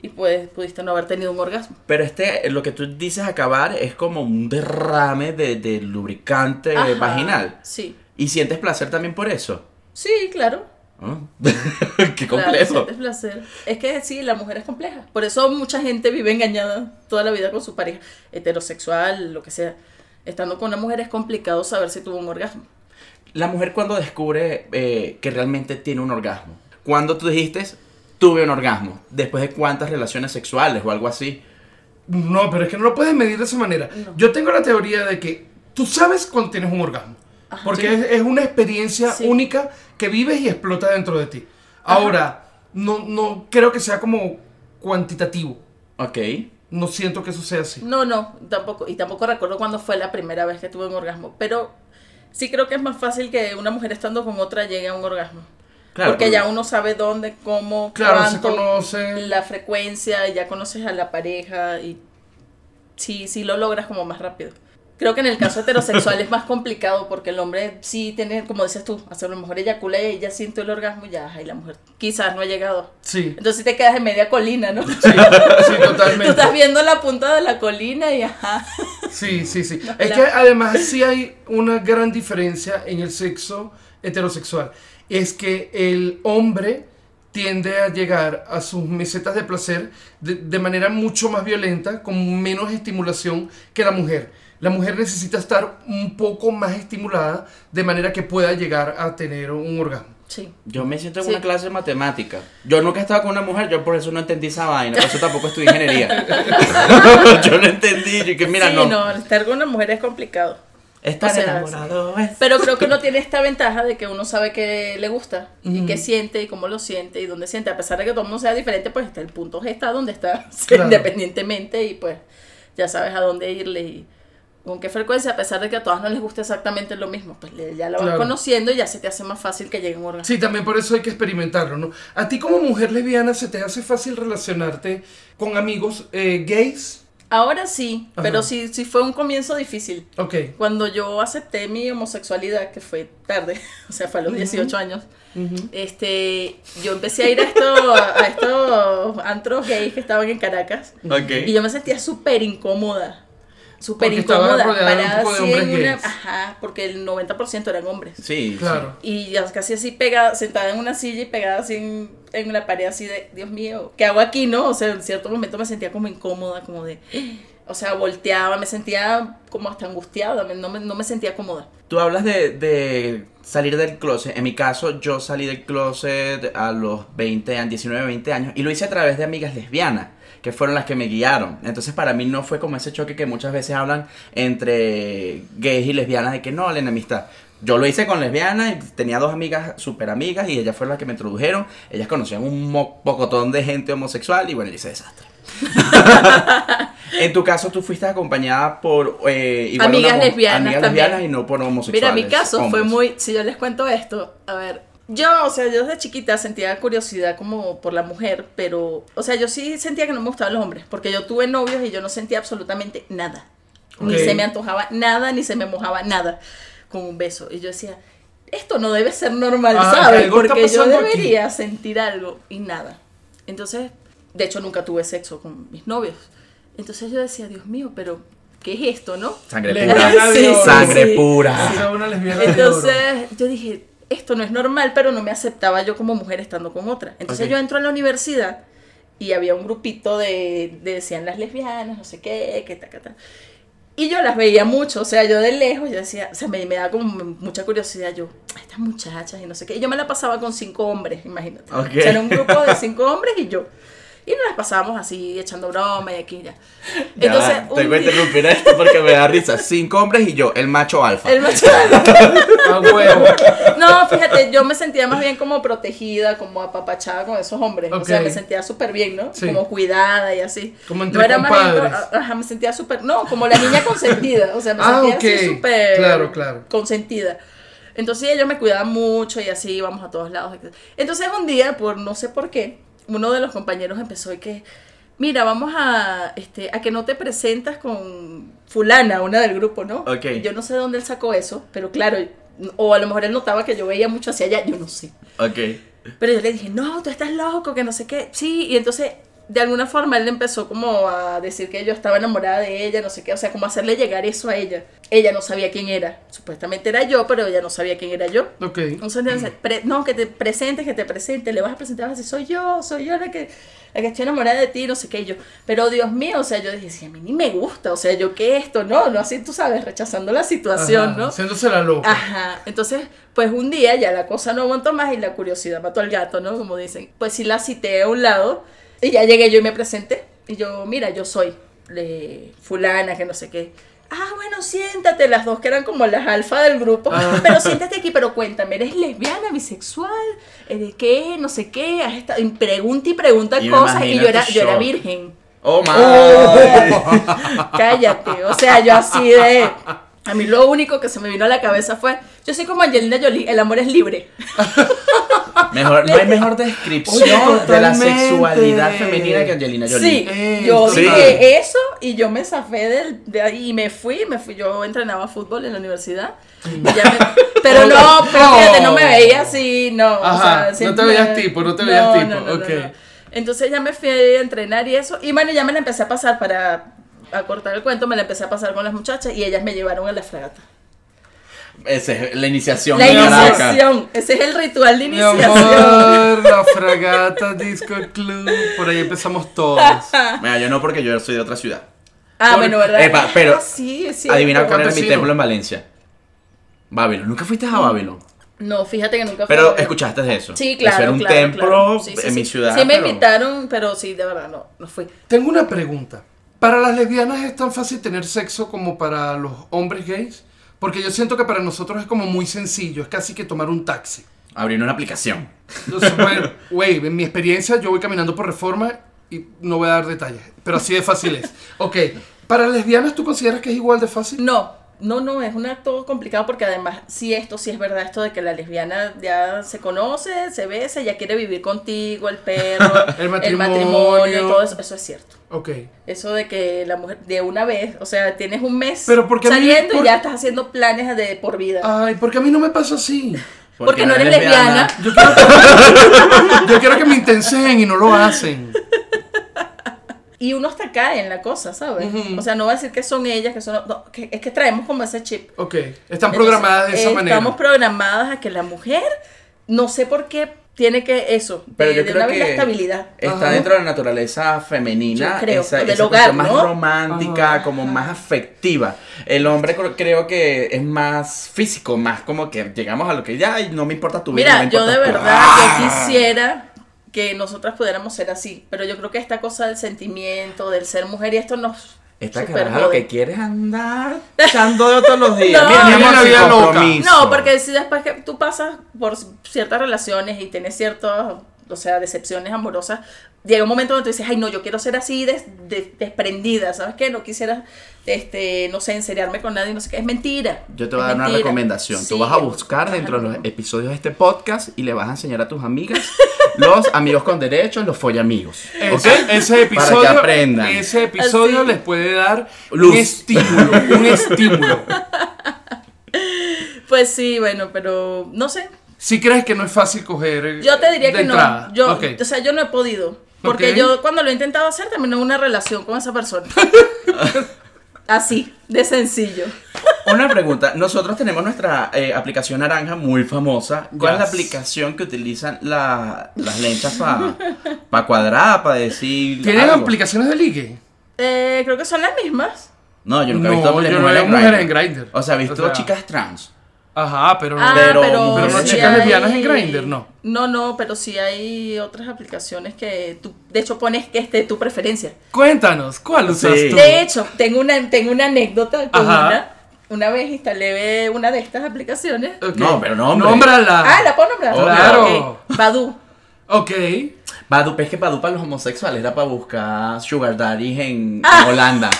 [SPEAKER 3] y puedes, pudiste no haber tenido un orgasmo.
[SPEAKER 2] Pero este, lo que tú dices acabar es como un derrame de, de lubricante
[SPEAKER 3] Ajá,
[SPEAKER 2] vaginal.
[SPEAKER 3] Sí,
[SPEAKER 2] Y sientes placer también por eso.
[SPEAKER 3] sí, claro.
[SPEAKER 2] ¿Ah? Qué
[SPEAKER 3] Claro,
[SPEAKER 2] complejo.
[SPEAKER 3] sientes placer. Es que sí, la mujer es compleja. Por eso mucha gente vive engañada toda la vida con su pareja, heterosexual, lo que sea. Estando con una mujer es complicado saber si tuvo un orgasmo.
[SPEAKER 2] La mujer cuando descubre eh, que realmente tiene un orgasmo. Cuando tú dijiste, tuve un orgasmo. Después de cuántas relaciones sexuales o algo así.
[SPEAKER 1] No, pero es que no lo puedes medir de esa manera. Yo tengo la teoría de que tú sabes cuando tienes un orgasmo. Porque es, es una experiencia
[SPEAKER 3] Sí.
[SPEAKER 1] única que vives y explota dentro de ti. Ahora, no, no creo que sea como cuantitativo.
[SPEAKER 2] Ok.
[SPEAKER 1] No siento que eso sea así.
[SPEAKER 3] No, no, tampoco. Y tampoco recuerdo cuándo fue la primera vez que tuve un orgasmo. Pero sí creo que es más fácil que una mujer estando con otra llegue a un orgasmo.
[SPEAKER 2] Claro,
[SPEAKER 3] porque
[SPEAKER 2] porque-
[SPEAKER 3] ya uno sabe dónde, cómo,
[SPEAKER 1] Claro, se
[SPEAKER 3] cuánto,
[SPEAKER 1] conoce.
[SPEAKER 3] la frecuencia, ya conoces a la pareja y sí, sí lo logras como más rápido. Creo que en el caso heterosexual es más complicado porque el hombre sí tiene, como dices tú, a lo mejor eyacula y ella siente el orgasmo y ya, y la mujer quizás no ha llegado.
[SPEAKER 1] Sí,
[SPEAKER 3] Entonces te quedas en media colina, ¿no?
[SPEAKER 1] sí, sí,
[SPEAKER 3] Tú
[SPEAKER 1] totalmente.
[SPEAKER 3] estás viendo la punta de la colina y ajá.
[SPEAKER 1] Sí, sí, sí.
[SPEAKER 3] No,
[SPEAKER 1] Es
[SPEAKER 3] la-
[SPEAKER 1] que además sí hay una gran diferencia en el sexo heterosexual. Es que el hombre tiende a llegar a sus mesetas de placer de, de manera mucho más violenta, con menos estimulación que la mujer. La mujer necesita estar un poco más estimulada de manera que pueda llegar a tener un orgasmo.
[SPEAKER 3] Sí.
[SPEAKER 2] Yo me siento en
[SPEAKER 3] Sí.
[SPEAKER 2] una clase de matemática. Yo nunca he estado con una mujer, yo por eso no entendí esa vaina. Por eso tampoco estudié ingeniería. yo no entendí. Yo que mira,
[SPEAKER 3] sí,
[SPEAKER 2] no.
[SPEAKER 3] estar con una mujer es complicado.
[SPEAKER 2] Estar
[SPEAKER 3] O sea,
[SPEAKER 2] enamorado es.
[SPEAKER 3] Pero creo que uno tiene esta ventaja de que uno sabe que le gusta y qué siente y cómo lo siente y dónde siente. A pesar de que todo el mundo sea diferente, pues está el punto G está donde está, sí,
[SPEAKER 1] Claro.
[SPEAKER 3] independientemente, y pues ya sabes a dónde irle y con qué frecuencia, a pesar de que a todas no les gusta exactamente lo mismo, pues le- ya lo vas
[SPEAKER 1] Claro.
[SPEAKER 3] conociendo y ya se te hace más fácil que lleguen órganos.
[SPEAKER 1] Sí, también por eso hay que experimentarlo, ¿no? A ti como mujer lesbiana se te hace fácil relacionarte con amigos eh, gays.
[SPEAKER 3] Ahora sí,
[SPEAKER 1] Ajá.
[SPEAKER 3] pero sí, sí fue un comienzo difícil.
[SPEAKER 1] Ok.
[SPEAKER 3] Cuando yo acepté mi homosexualidad, que fue tarde, o sea, fue a los 18 años, este, yo empecé a ir a, esto, a estos antros gays que estaban en Caracas y
[SPEAKER 2] Ok.
[SPEAKER 3] yo me sentía súper incómoda. Súper
[SPEAKER 1] Porque estaba
[SPEAKER 3] incómoda.
[SPEAKER 1] rodeada un
[SPEAKER 3] Parada
[SPEAKER 1] poco de
[SPEAKER 3] así en
[SPEAKER 1] hombres
[SPEAKER 3] una.
[SPEAKER 1] gays.
[SPEAKER 3] Ajá, porque el 90% eran hombres.
[SPEAKER 2] Sí.
[SPEAKER 1] Claro.
[SPEAKER 3] Y ya casi así pegada, sentada en una silla y pegada así en, en una pared así de, Dios mío, ¿qué hago aquí, no? O sea, en cierto momento me sentía como incómoda, como de, o sea, volteaba, me sentía como hasta angustiada, me- no me, no me sentía cómoda.
[SPEAKER 2] sí. Tú hablas de, de salir del closet. En mi caso, yo salí del closet a los 20, a 19, 20 años. Y lo hice a través de amigas lesbianas, que fueron las que me guiaron. Entonces, para mí no fue como ese choque que muchas veces hablan entre gays y lesbianas de que no, la enemistad. Yo lo hice con lesbianas y tenía dos amigas súper amigas y ellas fueron las que me introdujeron. Ellas conocían un mo- pocotón de gente homosexual y bueno, yo hice desastre. en tu caso, tú fuiste acompañada por eh, igual
[SPEAKER 3] Amigas
[SPEAKER 2] una homo-
[SPEAKER 3] lesbianas
[SPEAKER 2] amigas
[SPEAKER 3] también.
[SPEAKER 2] lesbianas y no por homosexuales.
[SPEAKER 3] Mira, mi caso fue
[SPEAKER 2] hombres.
[SPEAKER 3] muy, si yo les cuento esto, a ver, yo, o sea, yo desde chiquita sentía curiosidad como por la mujer, pero, o sea, yo sí sentía que no me gustaban los hombres, porque yo tuve novios y yo no sentía absolutamente nada. Ni
[SPEAKER 1] Ok.
[SPEAKER 3] se me antojaba nada, ni se me mojaba nada con un beso. Y yo decía, esto no debe ser normal,
[SPEAKER 1] Ah,
[SPEAKER 3] ¿sabes?
[SPEAKER 1] algo está
[SPEAKER 3] Porque yo
[SPEAKER 1] pasando aquí.
[SPEAKER 3] debería sentir algo y nada. Entonces, de hecho, nunca tuve sexo con mis novios. Entonces yo decía, Dios mío, pero, ¿qué es esto, no?
[SPEAKER 2] Sangre
[SPEAKER 1] Lesbiana
[SPEAKER 2] pura.
[SPEAKER 1] de
[SPEAKER 3] Sí,
[SPEAKER 1] oro.
[SPEAKER 2] Sangre
[SPEAKER 3] sí.
[SPEAKER 2] pura.
[SPEAKER 1] Era una lesbiana de oro.
[SPEAKER 3] Entonces yo dije, esto no es normal, pero no me aceptaba yo como mujer estando con otra. Entonces
[SPEAKER 1] Ok.
[SPEAKER 3] yo entro a la universidad y había un grupito de, de decían las lesbianas, no sé qué, que ta, ta, ta. Y yo las veía mucho, o sea, yo de lejos, yo decía, o sea, me, me daba como mucha curiosidad, yo, "Ay, estas muchachas y no sé qué. Y yo me la pasaba con cinco hombres, imagínate.
[SPEAKER 2] Ok.
[SPEAKER 3] O sea, era un grupo de cinco hombres y yo. Y nos las pasábamos así, echando broma y aquí y ya.
[SPEAKER 2] Ya va,
[SPEAKER 3] Entonces,
[SPEAKER 2] te
[SPEAKER 3] un
[SPEAKER 2] voy a
[SPEAKER 3] día-
[SPEAKER 2] interrumpir esto porque me da risa. Cinco hombres y yo, el macho alfa.
[SPEAKER 3] el macho
[SPEAKER 1] A Ah, huevo.
[SPEAKER 3] No, fíjate, yo me sentía más bien como protegida, como apapachada con esos hombres. O sea,
[SPEAKER 1] Ok.
[SPEAKER 3] me sentía súper bien, ¿no?
[SPEAKER 1] Sí.
[SPEAKER 3] Como cuidada y así.
[SPEAKER 1] Como entre
[SPEAKER 3] no era más bien-
[SPEAKER 1] compadres.
[SPEAKER 3] ajá, me sentía súper. No, como la niña consentida. O sea, me
[SPEAKER 1] Ah,
[SPEAKER 3] sentía
[SPEAKER 1] ok.
[SPEAKER 3] así súper.
[SPEAKER 1] Claro, claro.
[SPEAKER 3] Consentida. Entonces ellos me cuidaban mucho y así íbamos a todos lados. Entonces un día, por no sé por qué, uno de los compañeros empezó y que. Mira, vamos a, este, a que no te presentas con fulana, una del grupo, ¿no?
[SPEAKER 2] Ok.
[SPEAKER 3] Yo no sé de dónde él sacó eso, pero claro, o a lo mejor él notaba que yo veía mucho hacia allá, yo no sé.
[SPEAKER 2] Ok.
[SPEAKER 3] Pero yo le dije, no, tú estás loco, que no sé qué. Sí, y entonces de alguna forma él empezó como a decir que yo estaba enamorada de ella, no sé qué, o sea, como hacerle llegar eso a ella. Ella no sabía quién era, supuestamente era yo, pero ella no sabía quién era yo.
[SPEAKER 1] Ok.
[SPEAKER 3] Entonces, le dice, "Pre- no, que te presentes, que te presentes, le vas a presentar, vas a decir, soy yo, soy yo la que, la que estoy enamorada de ti, no sé qué, y yo, pero Dios mío, o sea, yo dije, sí, a mí ni me gusta, o sea, yo qué esto, no, no, así tú sabes, rechazando la situación,
[SPEAKER 1] Ajá,
[SPEAKER 3] ¿no? Ah,
[SPEAKER 1] Haciéndose la loca.
[SPEAKER 3] Ajá, entonces, pues un día ya la cosa no aguantó más y la curiosidad mató al gato, ¿no? Como dicen. Pues sí la cité a un lado y ya llegué yo y me presenté. Y yo, mira, yo soy eh, fulana, que no sé qué. Ah, bueno, siéntate, las dos que eran como las alfa del grupo.
[SPEAKER 2] Ah.
[SPEAKER 3] Pero siéntate aquí, pero cuéntame, ¿eres lesbiana, bisexual? ¿Eres qué? No sé qué. Has estado- y Pregunta y pregunta
[SPEAKER 2] Y me
[SPEAKER 3] cosas. Y
[SPEAKER 2] imagino
[SPEAKER 3] yo era,
[SPEAKER 2] tu
[SPEAKER 3] yo era
[SPEAKER 2] shock.
[SPEAKER 3] virgen.
[SPEAKER 2] Oh, my.
[SPEAKER 3] Oh. Cállate, o sea, yo así de... A mí lo único que se me vino a la cabeza fue, yo soy como Angelina Jolie, el amor es libre.
[SPEAKER 2] Mejor, no hay mejor descripción
[SPEAKER 1] Oye,
[SPEAKER 2] de la
[SPEAKER 1] totalmente.
[SPEAKER 2] sexualidad femenina que Angelina Jolie.
[SPEAKER 3] Sí,
[SPEAKER 1] Eh,
[SPEAKER 3] yo
[SPEAKER 1] sí.
[SPEAKER 3] dije eso y yo me zafé del, de ahí y me fui, me fui, yo entrenaba fútbol en la universidad. y ya me- pero no, pero fíjate, no me veía así, no. o
[SPEAKER 1] Oh. Ajá,
[SPEAKER 3] sea,
[SPEAKER 1] no
[SPEAKER 3] siempre-
[SPEAKER 1] te veías tipo, no te veías tipo, ok.
[SPEAKER 3] Entonces ya me fui a entrenar y eso, y bueno, ya me la empecé a pasar para acortar el cuento, me la empecé a pasar con las muchachas y ellas me llevaron a la fragata.
[SPEAKER 2] Esa es la iniciación
[SPEAKER 3] La
[SPEAKER 2] de Caracas.
[SPEAKER 3] iniciación, ese es el ritual de
[SPEAKER 1] Mi
[SPEAKER 3] iniciación.
[SPEAKER 1] amor, la fragata Disco Club. Por ahí empezamos todos.
[SPEAKER 2] Mira, yo no porque yo soy de otra ciudad.
[SPEAKER 3] Ah, bueno, ¿verdad?
[SPEAKER 2] Epa, pero
[SPEAKER 3] Ah, sí, sí.
[SPEAKER 2] Adivina cuál era mi
[SPEAKER 1] Campesino.
[SPEAKER 2] templo en Valencia. Bábilo. ¿Nunca fuiste a Bábilo?
[SPEAKER 3] No, fíjate que nunca fui a
[SPEAKER 2] Pero
[SPEAKER 3] ver.
[SPEAKER 2] escuchaste de eso.
[SPEAKER 3] Mm. Sí, claro.
[SPEAKER 2] Eso era un
[SPEAKER 3] claro,
[SPEAKER 2] templo
[SPEAKER 3] claro. Sí, sí,
[SPEAKER 2] en mi
[SPEAKER 3] sí.
[SPEAKER 2] ciudad.
[SPEAKER 3] Sí, me
[SPEAKER 2] pero-
[SPEAKER 3] invitaron, pero sí, de verdad, no, no fui.
[SPEAKER 1] Tengo una pregunta. ¿Para las lesbianas es tan fácil tener sexo como para los hombres gays? Porque yo siento que para nosotros es como muy sencillo, es casi que tomar un taxi.
[SPEAKER 2] Abrieron una aplicación.
[SPEAKER 1] Entonces, bueno, güey, en mi experiencia yo voy caminando por reforma y no voy a dar detalles, pero así de fácil es. Ok, ¿para lesbianas tú consideras que es igual de fácil?
[SPEAKER 3] No, no, no, es un acto complicado porque además, sí, esto sí es verdad, esto de que la lesbiana ya se conoce, se besa, ya quiere vivir contigo, el perro,
[SPEAKER 1] El matrimonio.
[SPEAKER 3] matrimonio, todo eso, eso es cierto.
[SPEAKER 1] Ok.
[SPEAKER 3] Eso de que la mujer de una vez, o sea, tienes un mes
[SPEAKER 1] Pero porque a mí-
[SPEAKER 3] saliendo
[SPEAKER 1] por- Ah.
[SPEAKER 3] y ya estás haciendo planes de por vida.
[SPEAKER 1] Ay, porque a mí no me pasa así.
[SPEAKER 3] porque, no eres lesbiana.
[SPEAKER 1] Yo quiero que, yo quiero que me intensen y no lo hacen.
[SPEAKER 3] Y uno hasta cae en la cosa, ¿sabes?
[SPEAKER 1] Ujú.
[SPEAKER 3] O sea, no va a decir que son ellas, que son... no, que- es que traemos como ese chip.
[SPEAKER 1] Ok, están programadas de esa
[SPEAKER 3] Entonces, eh,
[SPEAKER 1] manera.
[SPEAKER 3] Estamos programadas a que la mujer, no sé por qué, tiene que eso.
[SPEAKER 2] Pero
[SPEAKER 3] de,
[SPEAKER 2] yo
[SPEAKER 3] de
[SPEAKER 2] creo
[SPEAKER 3] una vez
[SPEAKER 2] que
[SPEAKER 3] la estabilidad.
[SPEAKER 2] está
[SPEAKER 1] Ajá.
[SPEAKER 2] dentro de la naturaleza femenina,
[SPEAKER 3] Yo creo,
[SPEAKER 2] esa,
[SPEAKER 3] del
[SPEAKER 2] esa
[SPEAKER 3] hogar,
[SPEAKER 2] cuestión más
[SPEAKER 3] ¿no?
[SPEAKER 2] romántica,
[SPEAKER 1] Ajá.
[SPEAKER 2] como más afectiva. El hombre cre- creo que es más físico, más como que llegamos a lo que ya ay, no me importa tu vida. no
[SPEAKER 3] Mira,
[SPEAKER 2] me
[SPEAKER 3] yo de
[SPEAKER 2] importas tú.
[SPEAKER 3] verdad,
[SPEAKER 2] ¡Ah!
[SPEAKER 3] yo quisiera que nosotras pudiéramos ser así. Pero yo creo que esta cosa del sentimiento, del ser mujer, y esto nos...
[SPEAKER 2] Esta caraja
[SPEAKER 3] superjode.
[SPEAKER 2] lo que quieres andar echando de todos los días.
[SPEAKER 3] No.
[SPEAKER 2] Mira, mi
[SPEAKER 1] Mira la
[SPEAKER 2] amor, sin
[SPEAKER 1] vida loca.
[SPEAKER 2] compromiso.
[SPEAKER 3] No, porque si después que tú pasas por ciertas relaciones y tienes ciertas, o sea, decepciones amorosas, llega un momento donde tú dices, ay, no, yo quiero ser así des- de- desprendida, ¿sabes qué? No quisiera, este, no sé, enseñarme con nadie, no sé qué, es mentira.
[SPEAKER 2] Yo te voy a
[SPEAKER 3] es
[SPEAKER 2] dar una
[SPEAKER 3] mentira.
[SPEAKER 2] recomendación.
[SPEAKER 3] Sí,
[SPEAKER 2] Tú vas a
[SPEAKER 3] yo-
[SPEAKER 2] buscar dentro de los
[SPEAKER 3] Ajá.
[SPEAKER 2] episodios de este podcast y le vas a enseñar a tus amigas los amigos con derechos, los follamigos.
[SPEAKER 1] Ese, ese episodio,
[SPEAKER 2] Para que aprendan.
[SPEAKER 1] Ese episodio
[SPEAKER 3] Así.
[SPEAKER 1] les puede dar
[SPEAKER 2] Luz.
[SPEAKER 1] un estímulo, un estímulo.
[SPEAKER 3] Pues sí, bueno, pero no sé.
[SPEAKER 1] Si crees que no es fácil coger eh,
[SPEAKER 3] Yo te diría
[SPEAKER 1] de
[SPEAKER 3] que
[SPEAKER 1] entrada.
[SPEAKER 3] no. Yo,
[SPEAKER 1] Ok.
[SPEAKER 3] O sea, yo no he podido. Porque
[SPEAKER 1] Ok.
[SPEAKER 3] yo cuando lo he intentado hacer terminé una relación con esa persona. así, de sencillo.
[SPEAKER 2] Una pregunta. Nosotros tenemos nuestra eh, aplicación naranja muy famosa. ¿Cuál es la
[SPEAKER 1] Yes.
[SPEAKER 2] aplicación que utilizan la- las lenchas para pa cuadrar, para decir.
[SPEAKER 1] ¿Tienen
[SPEAKER 2] algo?
[SPEAKER 1] aplicaciones de ligue?
[SPEAKER 3] Eh, creo que son las mismas.
[SPEAKER 2] No, yo nunca he
[SPEAKER 1] No,
[SPEAKER 2] visto
[SPEAKER 1] yo no
[SPEAKER 2] mujeres
[SPEAKER 1] veo
[SPEAKER 2] en
[SPEAKER 1] mujeres
[SPEAKER 2] Grindr.
[SPEAKER 1] en Grindr.
[SPEAKER 2] O sea, he visto
[SPEAKER 1] O sea-
[SPEAKER 2] chicas trans.
[SPEAKER 1] Ajá, pero no.
[SPEAKER 3] Ah,
[SPEAKER 2] Pero-
[SPEAKER 3] pero,
[SPEAKER 2] pero no
[SPEAKER 3] sí
[SPEAKER 2] chicas
[SPEAKER 1] lesbianas en
[SPEAKER 3] hay-
[SPEAKER 1] Grindr, no.
[SPEAKER 3] No, no, pero sí hay otras aplicaciones que tú, de hecho, pones que esté tu preferencia.
[SPEAKER 1] Cuéntanos, ¿cuál usas
[SPEAKER 2] Sí.
[SPEAKER 1] tú?
[SPEAKER 3] De hecho, tengo una, tengo una anécdota con
[SPEAKER 1] Ajá.
[SPEAKER 3] una. Una vez instalé una de estas aplicaciones.
[SPEAKER 1] Ok.
[SPEAKER 2] No, pero nombre.
[SPEAKER 1] Nómbrala.
[SPEAKER 3] Ah, la puedo nombrar. Ah,
[SPEAKER 1] Claro.
[SPEAKER 3] Ok, Badoo.
[SPEAKER 1] Ok.
[SPEAKER 2] Badu, es que Badu para los homosexuales era para buscar sugar daddies en, en Holanda.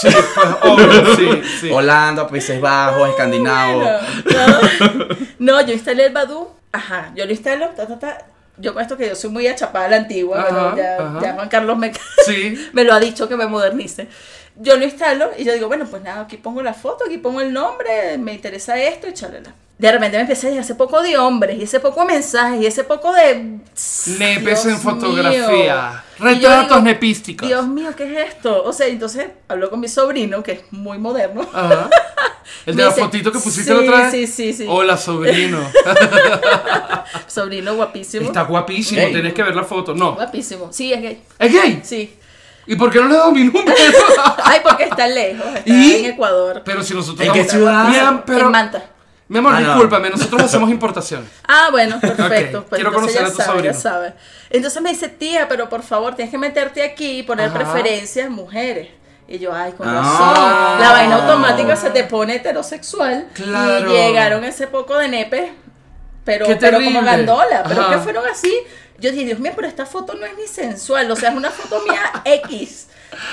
[SPEAKER 1] Sí, pues, obvio, sí, sí.
[SPEAKER 2] Holanda, Países Bajos,
[SPEAKER 1] Ah,
[SPEAKER 2] Escandinavo.
[SPEAKER 3] Bueno, no, no, yo instalé el Badu. Ajá, yo lo instalo. ta, ta, ta. Yo con esto que yo soy muy achapada a la antigua,
[SPEAKER 1] Ajá,
[SPEAKER 3] pero ya,
[SPEAKER 1] ajá.
[SPEAKER 3] ya Juan Carlos me,
[SPEAKER 1] Sí.
[SPEAKER 3] me lo ha dicho que me modernice. Yo lo instalo y yo digo, bueno, pues nada, aquí pongo la foto, aquí pongo el nombre, me interesa esto y chalala. De repente me empecé a llegar ese poco de hombres, y ese poco de mensajes, y ese poco de.
[SPEAKER 1] Nepes
[SPEAKER 3] Dios
[SPEAKER 1] en fotografía.
[SPEAKER 3] mío. Y yo
[SPEAKER 1] Retratos
[SPEAKER 3] digo,
[SPEAKER 1] nepísticos.
[SPEAKER 3] Dios mío, ¿qué es esto? O sea, entonces habló con mi sobrino, que es muy moderno.
[SPEAKER 1] Ajá. El de
[SPEAKER 3] Me
[SPEAKER 1] la
[SPEAKER 3] dice,
[SPEAKER 1] fotito que pusiste
[SPEAKER 3] sí,
[SPEAKER 1] la otra vez.
[SPEAKER 3] sí, sí, sí.
[SPEAKER 1] Hola, sobrino.
[SPEAKER 3] Sobrino guapísimo.
[SPEAKER 1] Está guapísimo,
[SPEAKER 2] Gay.
[SPEAKER 1] tenés que ver la foto. No.
[SPEAKER 3] Guapísimo. Sí, es gay.
[SPEAKER 1] ¿Es gay?
[SPEAKER 3] Sí.
[SPEAKER 1] ¿Y por qué no le damos mi número?
[SPEAKER 3] Ay, porque está lejos. Está
[SPEAKER 1] ¿Y?
[SPEAKER 3] en Ecuador.
[SPEAKER 1] pero si nosotros.
[SPEAKER 2] ¿En qué
[SPEAKER 1] estamos-
[SPEAKER 2] ciudad?
[SPEAKER 1] Mira, pero-
[SPEAKER 3] En Manta.
[SPEAKER 1] Mi amor,
[SPEAKER 2] Ah, no.
[SPEAKER 1] discúlpame, nosotros hacemos importaciones.
[SPEAKER 3] Ah, bueno, perfecto.
[SPEAKER 1] Ok,
[SPEAKER 3] Pues
[SPEAKER 1] quiero
[SPEAKER 3] entonces
[SPEAKER 1] conocer
[SPEAKER 3] ya
[SPEAKER 1] a tu
[SPEAKER 3] sabe,
[SPEAKER 1] sobrino.
[SPEAKER 3] ya sabe. Entonces me dice, tía, pero por favor, tienes que meterte aquí y poner
[SPEAKER 1] Ajá.
[SPEAKER 3] preferencias mujeres. Y yo, ay, con
[SPEAKER 2] Ah.
[SPEAKER 3] razón. La vaina automática se te pone heterosexual.
[SPEAKER 1] Claro.
[SPEAKER 3] Y llegaron ese poco de nepes, pero,
[SPEAKER 1] Qué
[SPEAKER 3] pero
[SPEAKER 1] terrible.
[SPEAKER 3] como gandola. Pero
[SPEAKER 1] Ajá.
[SPEAKER 3] que fueron así. Yo dije, Dios mío, pero esta foto no es ni sensual. O sea, es una foto mía X.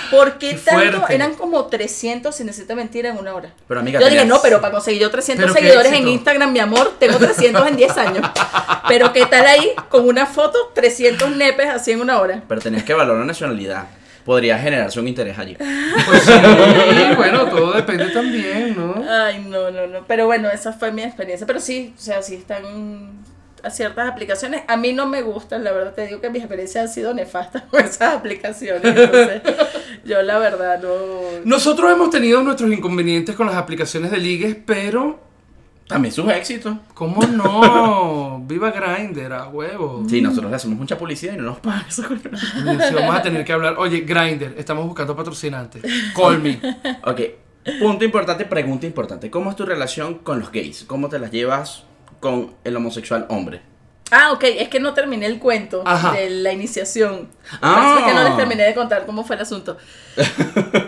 [SPEAKER 3] ¿Por qué
[SPEAKER 1] Qué
[SPEAKER 3] tanto?
[SPEAKER 1] fuerte.
[SPEAKER 3] Eran como 300, sin decirte mentira, en una hora.
[SPEAKER 2] Pero amiga,
[SPEAKER 3] Yo dije,
[SPEAKER 2] tenías-
[SPEAKER 3] no, pero para conseguir yo 300
[SPEAKER 1] Pero qué
[SPEAKER 3] seguidores en
[SPEAKER 1] éxito.
[SPEAKER 3] Instagram, mi amor, tengo 300 en 10 años. Pero qué tal ahí con una foto, 300 nepes así en una hora.
[SPEAKER 2] Pero tenías que valorar la nacionalidad. Podría generarse un interés allí.
[SPEAKER 1] Pues sí, bueno, todo depende también, ¿no?
[SPEAKER 3] Ay, no, no, no. Pero bueno, esa fue mi experiencia. Pero sí, o sea, sí están a ciertas aplicaciones. A mí no me gustan, la verdad te digo que mis experiencias han sido nefastas con esas aplicaciones. Entonces, yo la verdad no...
[SPEAKER 1] Nosotros hemos tenido nuestros inconvenientes con las aplicaciones de ligues, pero.
[SPEAKER 2] También sus éxitos.
[SPEAKER 1] ¿Cómo no? Viva Grindr, a huevo.
[SPEAKER 2] Sí, nosotros le hacemos mucha publicidad y no nos pagan eso.
[SPEAKER 1] Coño, sí vamos a tener que hablar. Oye, Grindr, estamos buscando patrocinantes. Call me.
[SPEAKER 2] Ok, punto importante, pregunta importante. ¿Cómo es tu relación con los gays? ¿Cómo te las llevas con el homosexual hombre?
[SPEAKER 3] Ah, ok, es que no terminé el cuento
[SPEAKER 1] Ajá.
[SPEAKER 3] de la iniciación.
[SPEAKER 2] Ah.
[SPEAKER 3] Por eso es que no les terminé de contar cómo fue el asunto.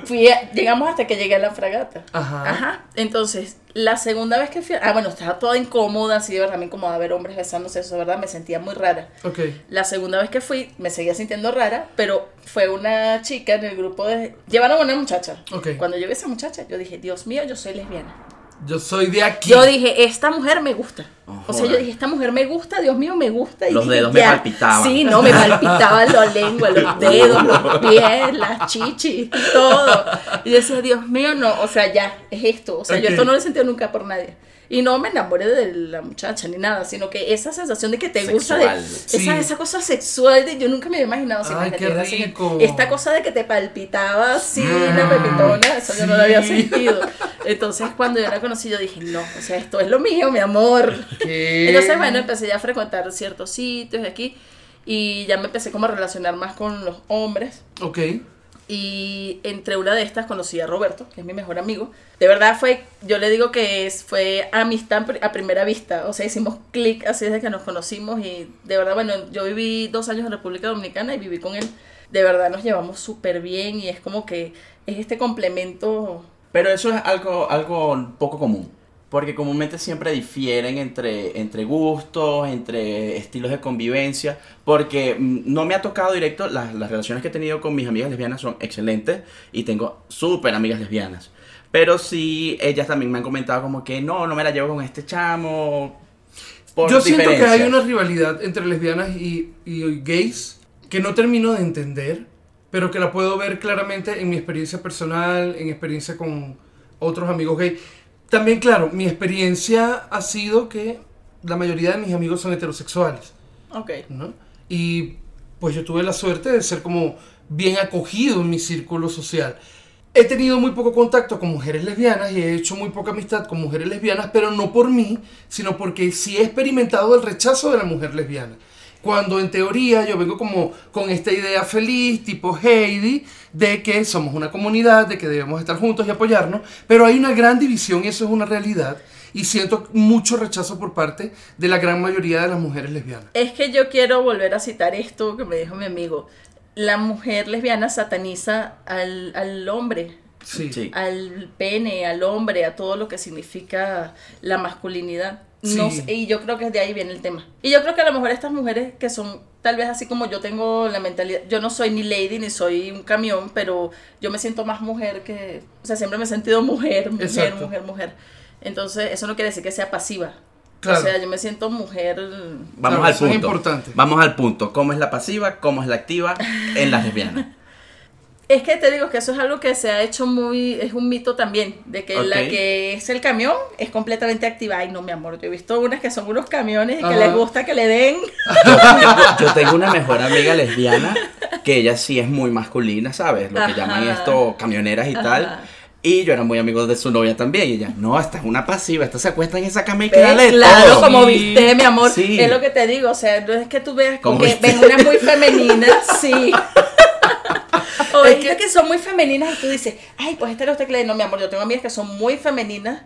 [SPEAKER 3] Fui a- llegamos hasta que llegué a la fragata.
[SPEAKER 1] Ajá.
[SPEAKER 3] Entonces, la segunda vez que fui. Ah, bueno, estaba toda incómoda, así de verdad, me incomodaba ver hombres besándose, eso, de ¿verdad? Me sentía muy rara.
[SPEAKER 1] Ok.
[SPEAKER 3] La segunda vez que fui, me seguía sintiendo rara, pero fue una chica en el grupo de. Llevaron a una muchacha.
[SPEAKER 1] Ok.
[SPEAKER 3] Cuando yo vi a esa muchacha, yo dije, Dios mío, yo soy lesbiana.
[SPEAKER 1] Yo soy de aquí.
[SPEAKER 3] Yo dije, esta mujer me gusta.
[SPEAKER 2] Oh,
[SPEAKER 3] o sea, yo
[SPEAKER 2] joder.
[SPEAKER 3] dije, esta mujer me gusta, Dios mío, me gusta. Y
[SPEAKER 2] Los
[SPEAKER 3] dije,
[SPEAKER 2] dedos me
[SPEAKER 3] ya.
[SPEAKER 2] palpitaban.
[SPEAKER 3] Sí, no, me palpitaban la lengua, los dedos, los pies, las chichis, todo. Y yo decía, Dios mío, no, o sea, ya, es esto. O sea,
[SPEAKER 1] Ok.
[SPEAKER 3] yo esto no lo he sentido nunca por nadie. Y no me enamoré de la muchacha ni nada, sino que esa sensación de que te gusta, de,
[SPEAKER 2] Sexual.
[SPEAKER 1] Sí.
[SPEAKER 3] esa, esa cosa sexual, de, yo nunca me había imaginado. así,
[SPEAKER 1] Ay,
[SPEAKER 3] imagínate,
[SPEAKER 1] qué
[SPEAKER 3] así que
[SPEAKER 1] rico.
[SPEAKER 3] Esta cosa de que te palpitaba así, la
[SPEAKER 1] Ah,
[SPEAKER 3] pepitona, eso yo no lo había
[SPEAKER 1] sí.
[SPEAKER 3] sentido. Entonces, cuando yo la conocí, yo dije, no, o sea, esto es lo mío, mi amor.
[SPEAKER 1] ¿Qué?
[SPEAKER 3] Entonces, bueno, empecé ya a frecuentar ciertos sitios de aquí y ya me empecé como a relacionar más con los hombres.
[SPEAKER 1] Ok.
[SPEAKER 3] Y entre una de estas conocí a Roberto, que es mi mejor amigo. De verdad fue, yo le digo que es, fue amistad pr- a primera vista. O sea, hicimos clic así desde que nos conocimos. Y de verdad, bueno, yo viví dos años en República Dominicana y viví con él. De verdad nos llevamos súper bien y es como que es este complemento.
[SPEAKER 2] Pero eso es algo, algo poco común. Porque comúnmente siempre difieren entre, entre gustos, entre estilos de convivencia. Porque mm, no me ha tocado directo. Las, las relaciones que he tenido con mis amigas lesbianas son excelentes. Y tengo súper amigas lesbianas. Pero sí, ellas también me han comentado como que no, no me la llevo con este chamo. por
[SPEAKER 1] Yo siento que hay
[SPEAKER 2] diferencias".
[SPEAKER 1] una rivalidad entre lesbianas y, y gays que no termino de entender, pero que la puedo ver claramente en mi experiencia personal, en experiencia con otros amigos gays. También, claro, mi experiencia ha sido que la mayoría de mis amigos son heterosexuales.
[SPEAKER 3] Ok.
[SPEAKER 1] ¿no? Y pues yo tuve la suerte de ser como bien acogido en mi círculo social. He tenido muy poco contacto con mujeres lesbianas y he hecho muy poca amistad con mujeres lesbianas, pero no por mí, sino porque sí he experimentado el rechazo de la mujer lesbiana. Cuando en teoría yo vengo como con esta idea feliz, tipo Heidi, de que somos una comunidad, de que debemos estar juntos y apoyarnos, pero hay una gran división y eso es una realidad. Y siento mucho rechazo por parte de la gran mayoría de las mujeres lesbianas.
[SPEAKER 3] Es que yo quiero volver a citar esto que me dijo mi amigo. La mujer lesbiana sataniza al, al hombre,
[SPEAKER 1] Sí.
[SPEAKER 2] Sí.
[SPEAKER 3] al pene, al hombre, a todo lo que significa la masculinidad. No
[SPEAKER 1] Sí.
[SPEAKER 3] sé, y yo creo que de ahí viene el tema. Y yo creo que a lo mejor estas mujeres que son tal vez así como yo tengo la mentalidad, yo no soy ni lady ni soy un camión, pero yo me siento más mujer que, o sea, siempre me he sentido mujer, mujer,
[SPEAKER 1] Exacto.
[SPEAKER 3] mujer, mujer. Entonces, eso no quiere decir que sea pasiva.
[SPEAKER 1] Claro.
[SPEAKER 3] O sea, yo me siento mujer mm,
[SPEAKER 2] Vamos
[SPEAKER 1] Claro,
[SPEAKER 2] al
[SPEAKER 1] eso es
[SPEAKER 2] punto.
[SPEAKER 1] importante.
[SPEAKER 2] Vamos al punto. ¿Cómo es la pasiva? ¿Cómo es la activa en las lesbianas?
[SPEAKER 3] Es que te digo que eso es algo que se ha hecho muy, es un mito también, de que la
[SPEAKER 2] Ok.
[SPEAKER 3] que es el camión es completamente activa. Ay, no, mi amor, yo he visto unas que son unos camiones y
[SPEAKER 1] Ajá.
[SPEAKER 3] que les gusta que le den.
[SPEAKER 2] Yo tengo una mejor amiga lesbiana que ella sí es muy masculina, ¿sabes? Lo que
[SPEAKER 3] Ajá.
[SPEAKER 2] llaman esto camioneras y
[SPEAKER 3] Ajá.
[SPEAKER 2] tal. Y yo era muy amigo de su novia también. Y ella, no, esta es una pasiva, esta se acuesta en esa cama y queda
[SPEAKER 3] Ve,
[SPEAKER 2] de
[SPEAKER 3] Claro,
[SPEAKER 2] todo".
[SPEAKER 3] como viste, mi amor,
[SPEAKER 2] Sí.
[SPEAKER 3] es lo que te digo, o sea, no es que tú veas como
[SPEAKER 2] Como
[SPEAKER 3] que
[SPEAKER 2] viste.
[SPEAKER 3] ven unas muy femeninas, sí. O
[SPEAKER 1] Es
[SPEAKER 3] es que, son muy femeninas y tú dices, ay, pues esta le gusta que le den. No, mi amor, yo tengo amigas que son muy femeninas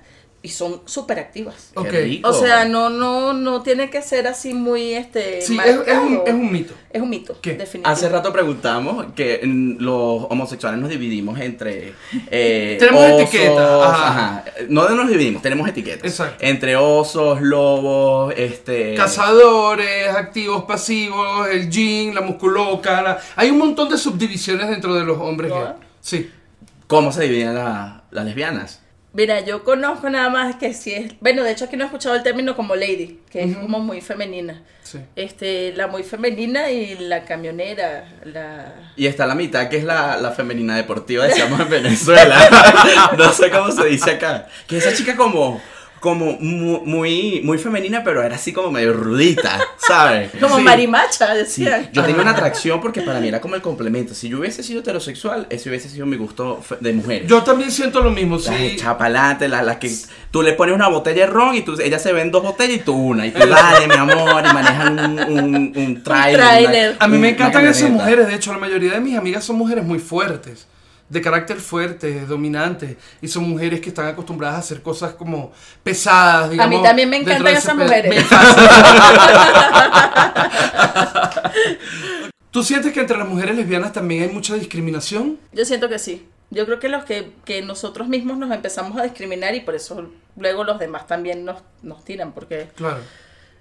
[SPEAKER 3] y son súper activas.
[SPEAKER 2] Qué
[SPEAKER 1] Ok.
[SPEAKER 2] rico.
[SPEAKER 3] O sea, no, no, no tiene que ser así muy, este,
[SPEAKER 1] Sí, es, es un,
[SPEAKER 3] marcado.
[SPEAKER 1] es un mito.
[SPEAKER 3] Es un mito,
[SPEAKER 1] ¿Qué?
[SPEAKER 3] definitivo.
[SPEAKER 2] Hace rato preguntamos que mm, los homosexuales nos dividimos entre. eh,
[SPEAKER 1] Tenemos
[SPEAKER 2] osos,
[SPEAKER 1] etiquetas, ajá.
[SPEAKER 2] ajá. No nos dividimos, tenemos etiquetas.
[SPEAKER 1] Exacto.
[SPEAKER 2] Entre osos, lobos, este.
[SPEAKER 1] Cazadores, activos, pasivos, el jean, la musculoca. la- Hay un montón de subdivisiones dentro de los hombres.
[SPEAKER 3] ¿No?
[SPEAKER 1] gay. Sí.
[SPEAKER 2] ¿Cómo se dividen la- las lesbianas?
[SPEAKER 3] Mira, yo conozco nada más que si es. Bueno, de hecho, aquí no he escuchado el término como lady, que es como muy femenina.
[SPEAKER 1] sí.
[SPEAKER 3] Este, la muy femenina y la camionera. La...
[SPEAKER 2] Y está la mitad, que es la, la femenina deportiva, decíamos en Venezuela. no sé cómo se dice acá. Que esa chica como. Como mu- muy, muy femenina, pero era así como medio rudita, ¿sabes?
[SPEAKER 3] Como
[SPEAKER 2] Sí.
[SPEAKER 3] marimacha,
[SPEAKER 2] Sí,
[SPEAKER 3] decían.
[SPEAKER 2] yo tenía una atracción porque para mí era como el complemento. Si yo hubiese sido heterosexual, ese hubiese sido mi gusto fe- de mujeres.
[SPEAKER 1] Yo también siento lo mismo.
[SPEAKER 2] las
[SPEAKER 1] Sí.
[SPEAKER 2] chapalates, las, las que tú le pones una botella de ron y tú, ellas se ven dos botellas y tú una. Y tú, dale, mi amor, y manejan un, un, un trailer.
[SPEAKER 3] tráiler.
[SPEAKER 2] una-
[SPEAKER 1] A mí me
[SPEAKER 2] una
[SPEAKER 1] encantan esas
[SPEAKER 2] camioneta.
[SPEAKER 1] mujeres. De hecho, la mayoría de mis amigas son mujeres muy fuertes, de carácter fuerte, dominantes. Y son mujeres que están acostumbradas a hacer cosas como pesadas. Digamos,
[SPEAKER 3] también me
[SPEAKER 1] dentro
[SPEAKER 3] encantan
[SPEAKER 1] de ese
[SPEAKER 3] esas
[SPEAKER 1] pe-
[SPEAKER 3] mujeres.
[SPEAKER 1] me fascinan. ¿Tú sientes que entre las mujeres lesbianas también hay mucha discriminación?
[SPEAKER 3] Yo siento que sí. Yo creo que los que, que nosotros mismos nos empezamos a discriminar y por eso luego los demás también nos, nos tiran, porque
[SPEAKER 1] Claro.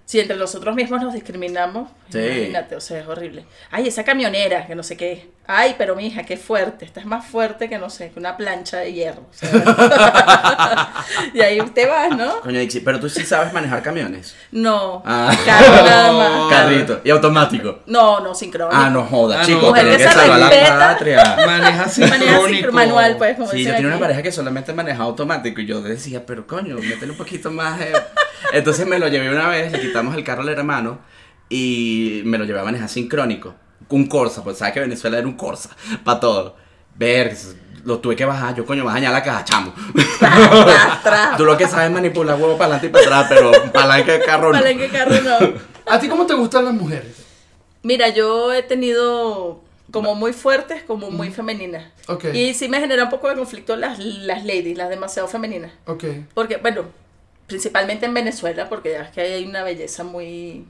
[SPEAKER 3] si entre nosotros mismos nos discriminamos,
[SPEAKER 2] Sí.
[SPEAKER 3] imagínate, o sea, es horrible. Ay, esa camionera, que no sé qué. Ay, pero mi hija, qué fuerte. Esta es más fuerte que, no sé, que una plancha de hierro. o sea. y ahí te vas, ¿no?
[SPEAKER 2] Coño, Dixie, pero tú sí sabes manejar camiones.
[SPEAKER 3] No,
[SPEAKER 2] Ah.
[SPEAKER 3] carro nada más.
[SPEAKER 2] Carrito. Y automático.
[SPEAKER 3] No, no, sincrónico.
[SPEAKER 2] Ah, no joda,
[SPEAKER 1] Ah, no.
[SPEAKER 2] chicos.
[SPEAKER 1] Mujer
[SPEAKER 2] tenía
[SPEAKER 1] que
[SPEAKER 2] que
[SPEAKER 1] se
[SPEAKER 2] salvar la
[SPEAKER 3] respeta.
[SPEAKER 2] patria.
[SPEAKER 1] Maneja
[SPEAKER 3] Manera
[SPEAKER 1] sincrónico.
[SPEAKER 3] sincro- manual, pues, como
[SPEAKER 2] Sí, yo
[SPEAKER 3] dicen
[SPEAKER 2] tenía una
[SPEAKER 3] aquí.
[SPEAKER 2] pareja que solamente manejaba automático y yo decía, pero coño, métele un poquito más. eh. Entonces me lo llevé una vez, le quitamos el carro al hermano y me lo llevé a manejar sincrónico. Un Corsa, pues sabes que Venezuela era un Corsa para todo. Ver, lo tuve que bajar, yo coño, vas a dañar la caja, chamo.
[SPEAKER 3] Tras, tras.
[SPEAKER 2] Tú lo que sabes es manipular huevo para adelante y para atrás, pero palanca de carro no.
[SPEAKER 3] Para que carro no.
[SPEAKER 1] ¿A ti cómo te gustan las mujeres?
[SPEAKER 3] Mira, yo he tenido como muy fuertes, como muy femeninas.
[SPEAKER 1] Ok.
[SPEAKER 3] Y sí me genera un poco de conflicto las, las ladies, las demasiado femeninas.
[SPEAKER 1] Ok.
[SPEAKER 3] Porque, bueno, principalmente en Venezuela, porque ya es que hay una belleza muy,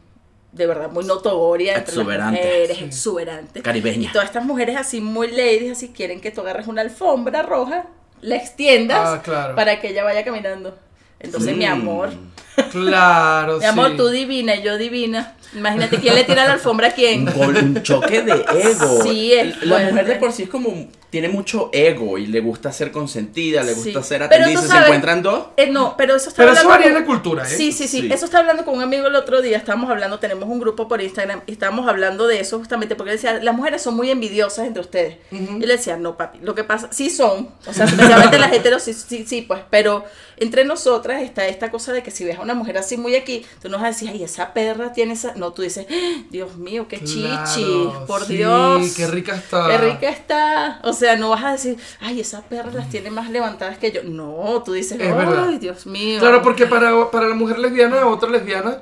[SPEAKER 3] de verdad, muy notoria entre
[SPEAKER 2] Exuberante.
[SPEAKER 3] las mujeres,
[SPEAKER 1] Sí.
[SPEAKER 3] exuberante.
[SPEAKER 2] Caribeña.
[SPEAKER 3] Y todas estas mujeres así muy ladies, así quieren que tú agarres una alfombra roja, la extiendas
[SPEAKER 1] Ah, claro.
[SPEAKER 3] para que ella vaya caminando. Entonces, mi amor,
[SPEAKER 2] Mm.
[SPEAKER 1] Claro,
[SPEAKER 3] mi amor,
[SPEAKER 1] Pues sí.
[SPEAKER 3] tú divina, y yo divina. Imagínate quién le tira la alfombra a quién.
[SPEAKER 2] un, gol- un choque de ego.
[SPEAKER 3] Sí, es
[SPEAKER 2] La
[SPEAKER 3] fuerte.
[SPEAKER 2] mujer de por sí es como. Tiene mucho ego y le gusta ser consentida, le gusta
[SPEAKER 3] Sí.
[SPEAKER 2] ser
[SPEAKER 3] Pero tú
[SPEAKER 2] atendida. y Se
[SPEAKER 3] sabes-
[SPEAKER 2] encuentran dos.
[SPEAKER 3] Eh, no, pero eso está
[SPEAKER 1] Pero eso varía
[SPEAKER 3] con-
[SPEAKER 1] en la cultura, ¿eh?
[SPEAKER 3] Sí, sí, sí,
[SPEAKER 2] Sí.
[SPEAKER 3] Eso está hablando con un amigo el otro día. Estábamos hablando, tenemos un grupo por Instagram y estábamos hablando de eso justamente porque él decía, las mujeres son muy envidiosas entre ustedes.
[SPEAKER 1] Ujú.
[SPEAKER 3] Y le decía, no, papi, lo que pasa, sí son. O sea, especialmente las heteros, sí, sí, sí, pues. Pero entre nosotras está esta cosa de que si ves a una mujer así muy aquí, tú nos vas a decir, ay, esa perra tiene esa. No, tú dices, "Ah, Dios mío, qué
[SPEAKER 1] Claro,
[SPEAKER 3] chichi, por
[SPEAKER 1] sí,
[SPEAKER 3] Dios.
[SPEAKER 1] Qué rica está.
[SPEAKER 3] Qué rica está. O sea, no vas a decir, ay, esas perras las tiene más levantadas que yo. No, tú dices,
[SPEAKER 1] Es
[SPEAKER 3] ay,
[SPEAKER 1] verdad.
[SPEAKER 3] Dios mío.
[SPEAKER 1] Claro, porque para, para la mujer lesbiana, otra lesbiana,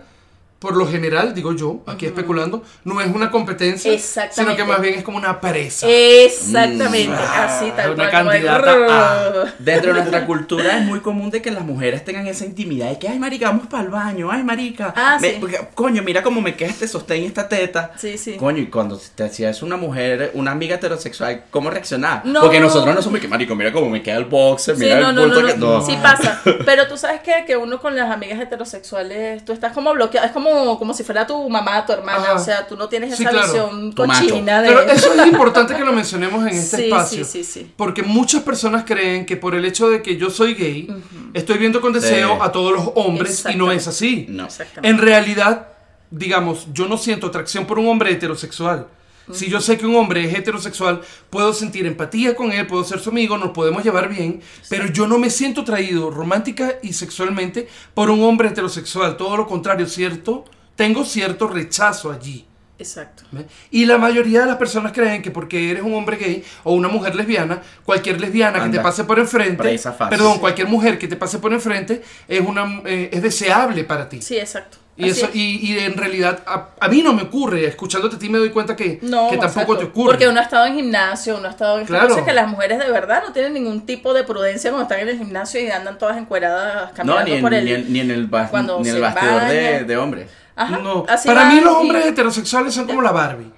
[SPEAKER 1] por lo general, digo yo, aquí especulando, no es una competencia, sino
[SPEAKER 3] Exactamente. Eh,
[SPEAKER 1] que más bien es como una presa.
[SPEAKER 3] Exactamente, así tal
[SPEAKER 1] Mm. Ah, Una
[SPEAKER 3] cual, como de-
[SPEAKER 1] candidata
[SPEAKER 2] Dentro de nuestra cultura es muy común de que las mujeres tengan esa intimidad de que, ay, marica, vamos para el baño, ay, marica.
[SPEAKER 3] Ah,
[SPEAKER 2] me-
[SPEAKER 3] sí.
[SPEAKER 2] porque, coño, mira cómo me queda este sostén y esta teta.
[SPEAKER 3] Sí, sí.
[SPEAKER 2] Coño, y cuando te hacías una mujer, una amiga heterosexual, ¿cómo reaccionar?
[SPEAKER 3] No.
[SPEAKER 2] Porque nosotros no somos que, marico, mira cómo me queda el boxer,
[SPEAKER 3] Sí,
[SPEAKER 2] mira
[SPEAKER 3] no,
[SPEAKER 2] el
[SPEAKER 3] no,
[SPEAKER 2] bulto
[SPEAKER 3] no,
[SPEAKER 2] que...
[SPEAKER 3] no,
[SPEAKER 2] No.
[SPEAKER 3] Sí pasa. Pero tú sabes que, que uno con las amigas heterosexuales, tú estás como bloqueado, es como, como si fuera tu mamá, tu hermana,
[SPEAKER 1] Ajá.
[SPEAKER 3] o sea, tú no tienes
[SPEAKER 1] Sí,
[SPEAKER 3] esa
[SPEAKER 1] claro.
[SPEAKER 3] visión
[SPEAKER 2] Tomato.
[SPEAKER 3] cochina de...
[SPEAKER 1] Pero eso es importante que lo mencionemos en este
[SPEAKER 3] Sí,
[SPEAKER 1] espacio.
[SPEAKER 3] sí, sí, sí.
[SPEAKER 1] Porque muchas personas creen que por el hecho de que yo soy gay, estoy viendo con deseo
[SPEAKER 2] Sí.
[SPEAKER 1] a todos los hombres y no es así.
[SPEAKER 2] No.
[SPEAKER 3] Exactamente.
[SPEAKER 1] En realidad, digamos, yo no siento atracción por un hombre heterosexual. Si yo sé que un hombre es heterosexual, puedo sentir empatía con él, puedo ser su amigo, nos podemos llevar bien, pero yo no me siento traído romántica y sexualmente por un hombre heterosexual. Todo lo contrario, ¿cierto? Tengo cierto rechazo allí.
[SPEAKER 3] Exacto.
[SPEAKER 1] ¿Ve? Y la mayoría de las personas creen que porque eres un hombre gay o una mujer lesbiana, cualquier lesbiana que
[SPEAKER 2] Anda,
[SPEAKER 1] te pase por enfrente,
[SPEAKER 2] presa fácil.
[SPEAKER 1] perdón, cualquier mujer que te pase por enfrente es una eh, es deseable para ti.
[SPEAKER 3] Sí, exacto.
[SPEAKER 1] Y,
[SPEAKER 3] Así
[SPEAKER 1] eso,
[SPEAKER 3] es.
[SPEAKER 1] y, y en realidad a, a mí no me ocurre, escuchándote a ti me doy cuenta que,
[SPEAKER 3] No,
[SPEAKER 1] que tampoco
[SPEAKER 3] exacto.
[SPEAKER 1] te ocurre.
[SPEAKER 3] Porque uno ha estado en gimnasio, uno ha estado en
[SPEAKER 1] Claro.
[SPEAKER 3] cosas que las mujeres de verdad no tienen ningún tipo de prudencia cuando están en el gimnasio y andan todas encueradas
[SPEAKER 2] No,
[SPEAKER 3] caminando
[SPEAKER 2] ni en,
[SPEAKER 3] por el...
[SPEAKER 2] ni en- ni en el, bas-
[SPEAKER 3] cuando
[SPEAKER 2] ni en
[SPEAKER 3] se
[SPEAKER 2] el bastidor de,
[SPEAKER 3] bañan.
[SPEAKER 2] de hombres.
[SPEAKER 3] Ajá,
[SPEAKER 1] No,
[SPEAKER 3] así
[SPEAKER 1] Para
[SPEAKER 3] van
[SPEAKER 1] mí los
[SPEAKER 3] y-
[SPEAKER 1] hombres heterosexuales son como la Barbie.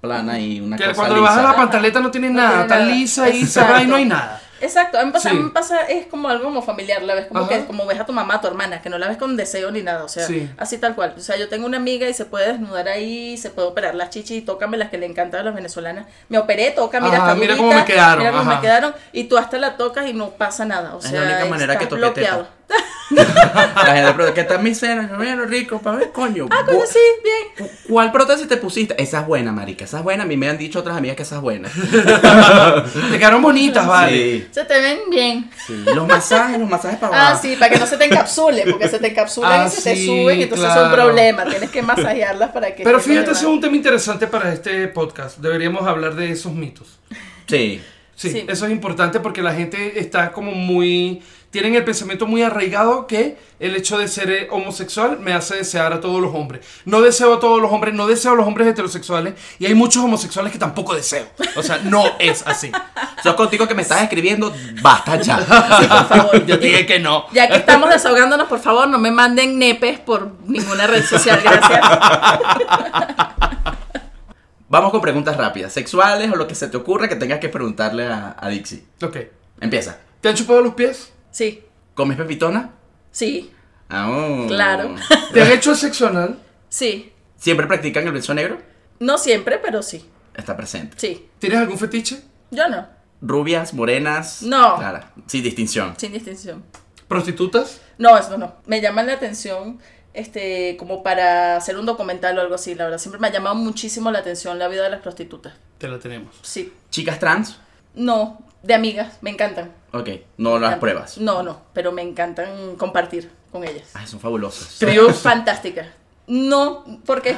[SPEAKER 2] Plana y una
[SPEAKER 1] Que
[SPEAKER 2] cosa
[SPEAKER 1] cuando le bajas
[SPEAKER 2] lisa.
[SPEAKER 1] la pantaleta no tienen
[SPEAKER 3] No
[SPEAKER 1] nada,
[SPEAKER 3] tiene
[SPEAKER 1] está
[SPEAKER 3] nada.
[SPEAKER 1] lisa y
[SPEAKER 3] Exacto.
[SPEAKER 1] cerrada y no hay nada.
[SPEAKER 3] Exacto, a mí me pasa,
[SPEAKER 1] Sí.
[SPEAKER 3] a mí me pasa- es como algo como familiar, la ves como
[SPEAKER 1] Ajá.
[SPEAKER 3] que como ves a tu mamá, a tu hermana, que no la ves con deseo ni nada, o sea,
[SPEAKER 1] Sí.
[SPEAKER 3] así tal cual. O sea, yo tengo una amiga y se puede desnudar ahí, se puede operar las chichis, y tócame las que le encantan a las venezolanas. Me operé, toca, mira,
[SPEAKER 1] Ajá,
[SPEAKER 3] está
[SPEAKER 1] mira
[SPEAKER 3] durita,
[SPEAKER 1] cómo me quedaron,
[SPEAKER 3] Mira cómo
[SPEAKER 1] ajá.
[SPEAKER 3] me quedaron y tú hasta la tocas y no pasa nada, o
[SPEAKER 2] Es la
[SPEAKER 3] sea,
[SPEAKER 2] única manera
[SPEAKER 3] estás
[SPEAKER 2] que toqué teta.
[SPEAKER 3] bloqueado.
[SPEAKER 2] La gente pregunta, ¿qué tal mi cena? Yo, bueno, rico, para ver, coño.
[SPEAKER 3] Ah, coño,
[SPEAKER 2] bu-
[SPEAKER 3] sí, bien.
[SPEAKER 2] cu- ¿Cuál prótesis te pusiste? Esa es buena, marica, esa es buena. A mí me han dicho otras amigas que esa es buena.
[SPEAKER 1] Te quedaron bonitas, Ah, vale.
[SPEAKER 2] Sí,
[SPEAKER 3] Se te ven bien.
[SPEAKER 2] sí. Los masajes, los masajes para
[SPEAKER 3] Ah,
[SPEAKER 2] abajo.
[SPEAKER 3] sí, para que no se te encapsule, porque se te encapsulan
[SPEAKER 1] Ah,
[SPEAKER 3] y se te
[SPEAKER 1] sí,
[SPEAKER 3] suben, y entonces es un
[SPEAKER 1] claro.
[SPEAKER 3] problema, tienes que masajearlas para que...
[SPEAKER 1] Pero
[SPEAKER 3] estén
[SPEAKER 1] fíjate, ese es
[SPEAKER 3] elevadas.
[SPEAKER 1] un tema interesante para este podcast. Deberíamos hablar de esos mitos.
[SPEAKER 2] Sí.
[SPEAKER 1] Sí,
[SPEAKER 3] Sí.
[SPEAKER 1] eso es importante porque la gente está como muy... Tienen el pensamiento muy arraigado que el hecho de ser eh, homosexual me hace desear a todos los hombres. No deseo a todos los hombres, no deseo a los hombres heterosexuales y hay muchos homosexuales que tampoco deseo. O sea, no es así.
[SPEAKER 2] Sos contigo que me estás escribiendo, basta ya.
[SPEAKER 3] Sí, por favor.
[SPEAKER 1] Yo te dije que no.
[SPEAKER 3] Ya que estamos desahogándonos, por favor, no me manden nepes por ninguna red social, gracias.
[SPEAKER 2] Vamos con preguntas rápidas, sexuales o lo que se te ocurra que tengas que preguntarle a, a Dixie.
[SPEAKER 1] Ok.
[SPEAKER 2] Empieza.
[SPEAKER 1] ¿Te han chupado los pies?
[SPEAKER 3] Sí,
[SPEAKER 2] ¿Comes pepitona?
[SPEAKER 3] sí,
[SPEAKER 2] Ah, oh.
[SPEAKER 1] Mm.
[SPEAKER 3] Claro.
[SPEAKER 1] ¿Te han hecho el sexo anal?
[SPEAKER 3] sí.
[SPEAKER 2] ¿Siempre practican el beso negro?
[SPEAKER 3] No siempre, pero sí,
[SPEAKER 2] Está presente.
[SPEAKER 3] sí.
[SPEAKER 1] ¿Tienes algún fetiche?
[SPEAKER 3] Yo no,
[SPEAKER 2] ¿Rubias, morenas?
[SPEAKER 3] No.
[SPEAKER 2] Clara. Sin distinción.
[SPEAKER 3] sin distinción.
[SPEAKER 1] ¿Prostitutas?
[SPEAKER 3] No, eso no. Me llaman la atención este, como para hacer un documental o algo así, la verdad. Siempre me ha llamado muchísimo la atención la vida de las prostitutas.
[SPEAKER 1] Te la tenemos.
[SPEAKER 3] Sí.
[SPEAKER 2] ¿Chicas trans?
[SPEAKER 3] No, de amigas, me encantan.
[SPEAKER 2] Ok, no las
[SPEAKER 3] Encantan.
[SPEAKER 2] pruebas.
[SPEAKER 3] No, no, pero me encantan compartir con ellas.
[SPEAKER 2] Ay, son fabulosas.
[SPEAKER 1] ¿Tríos?
[SPEAKER 3] Fantástica. No, porque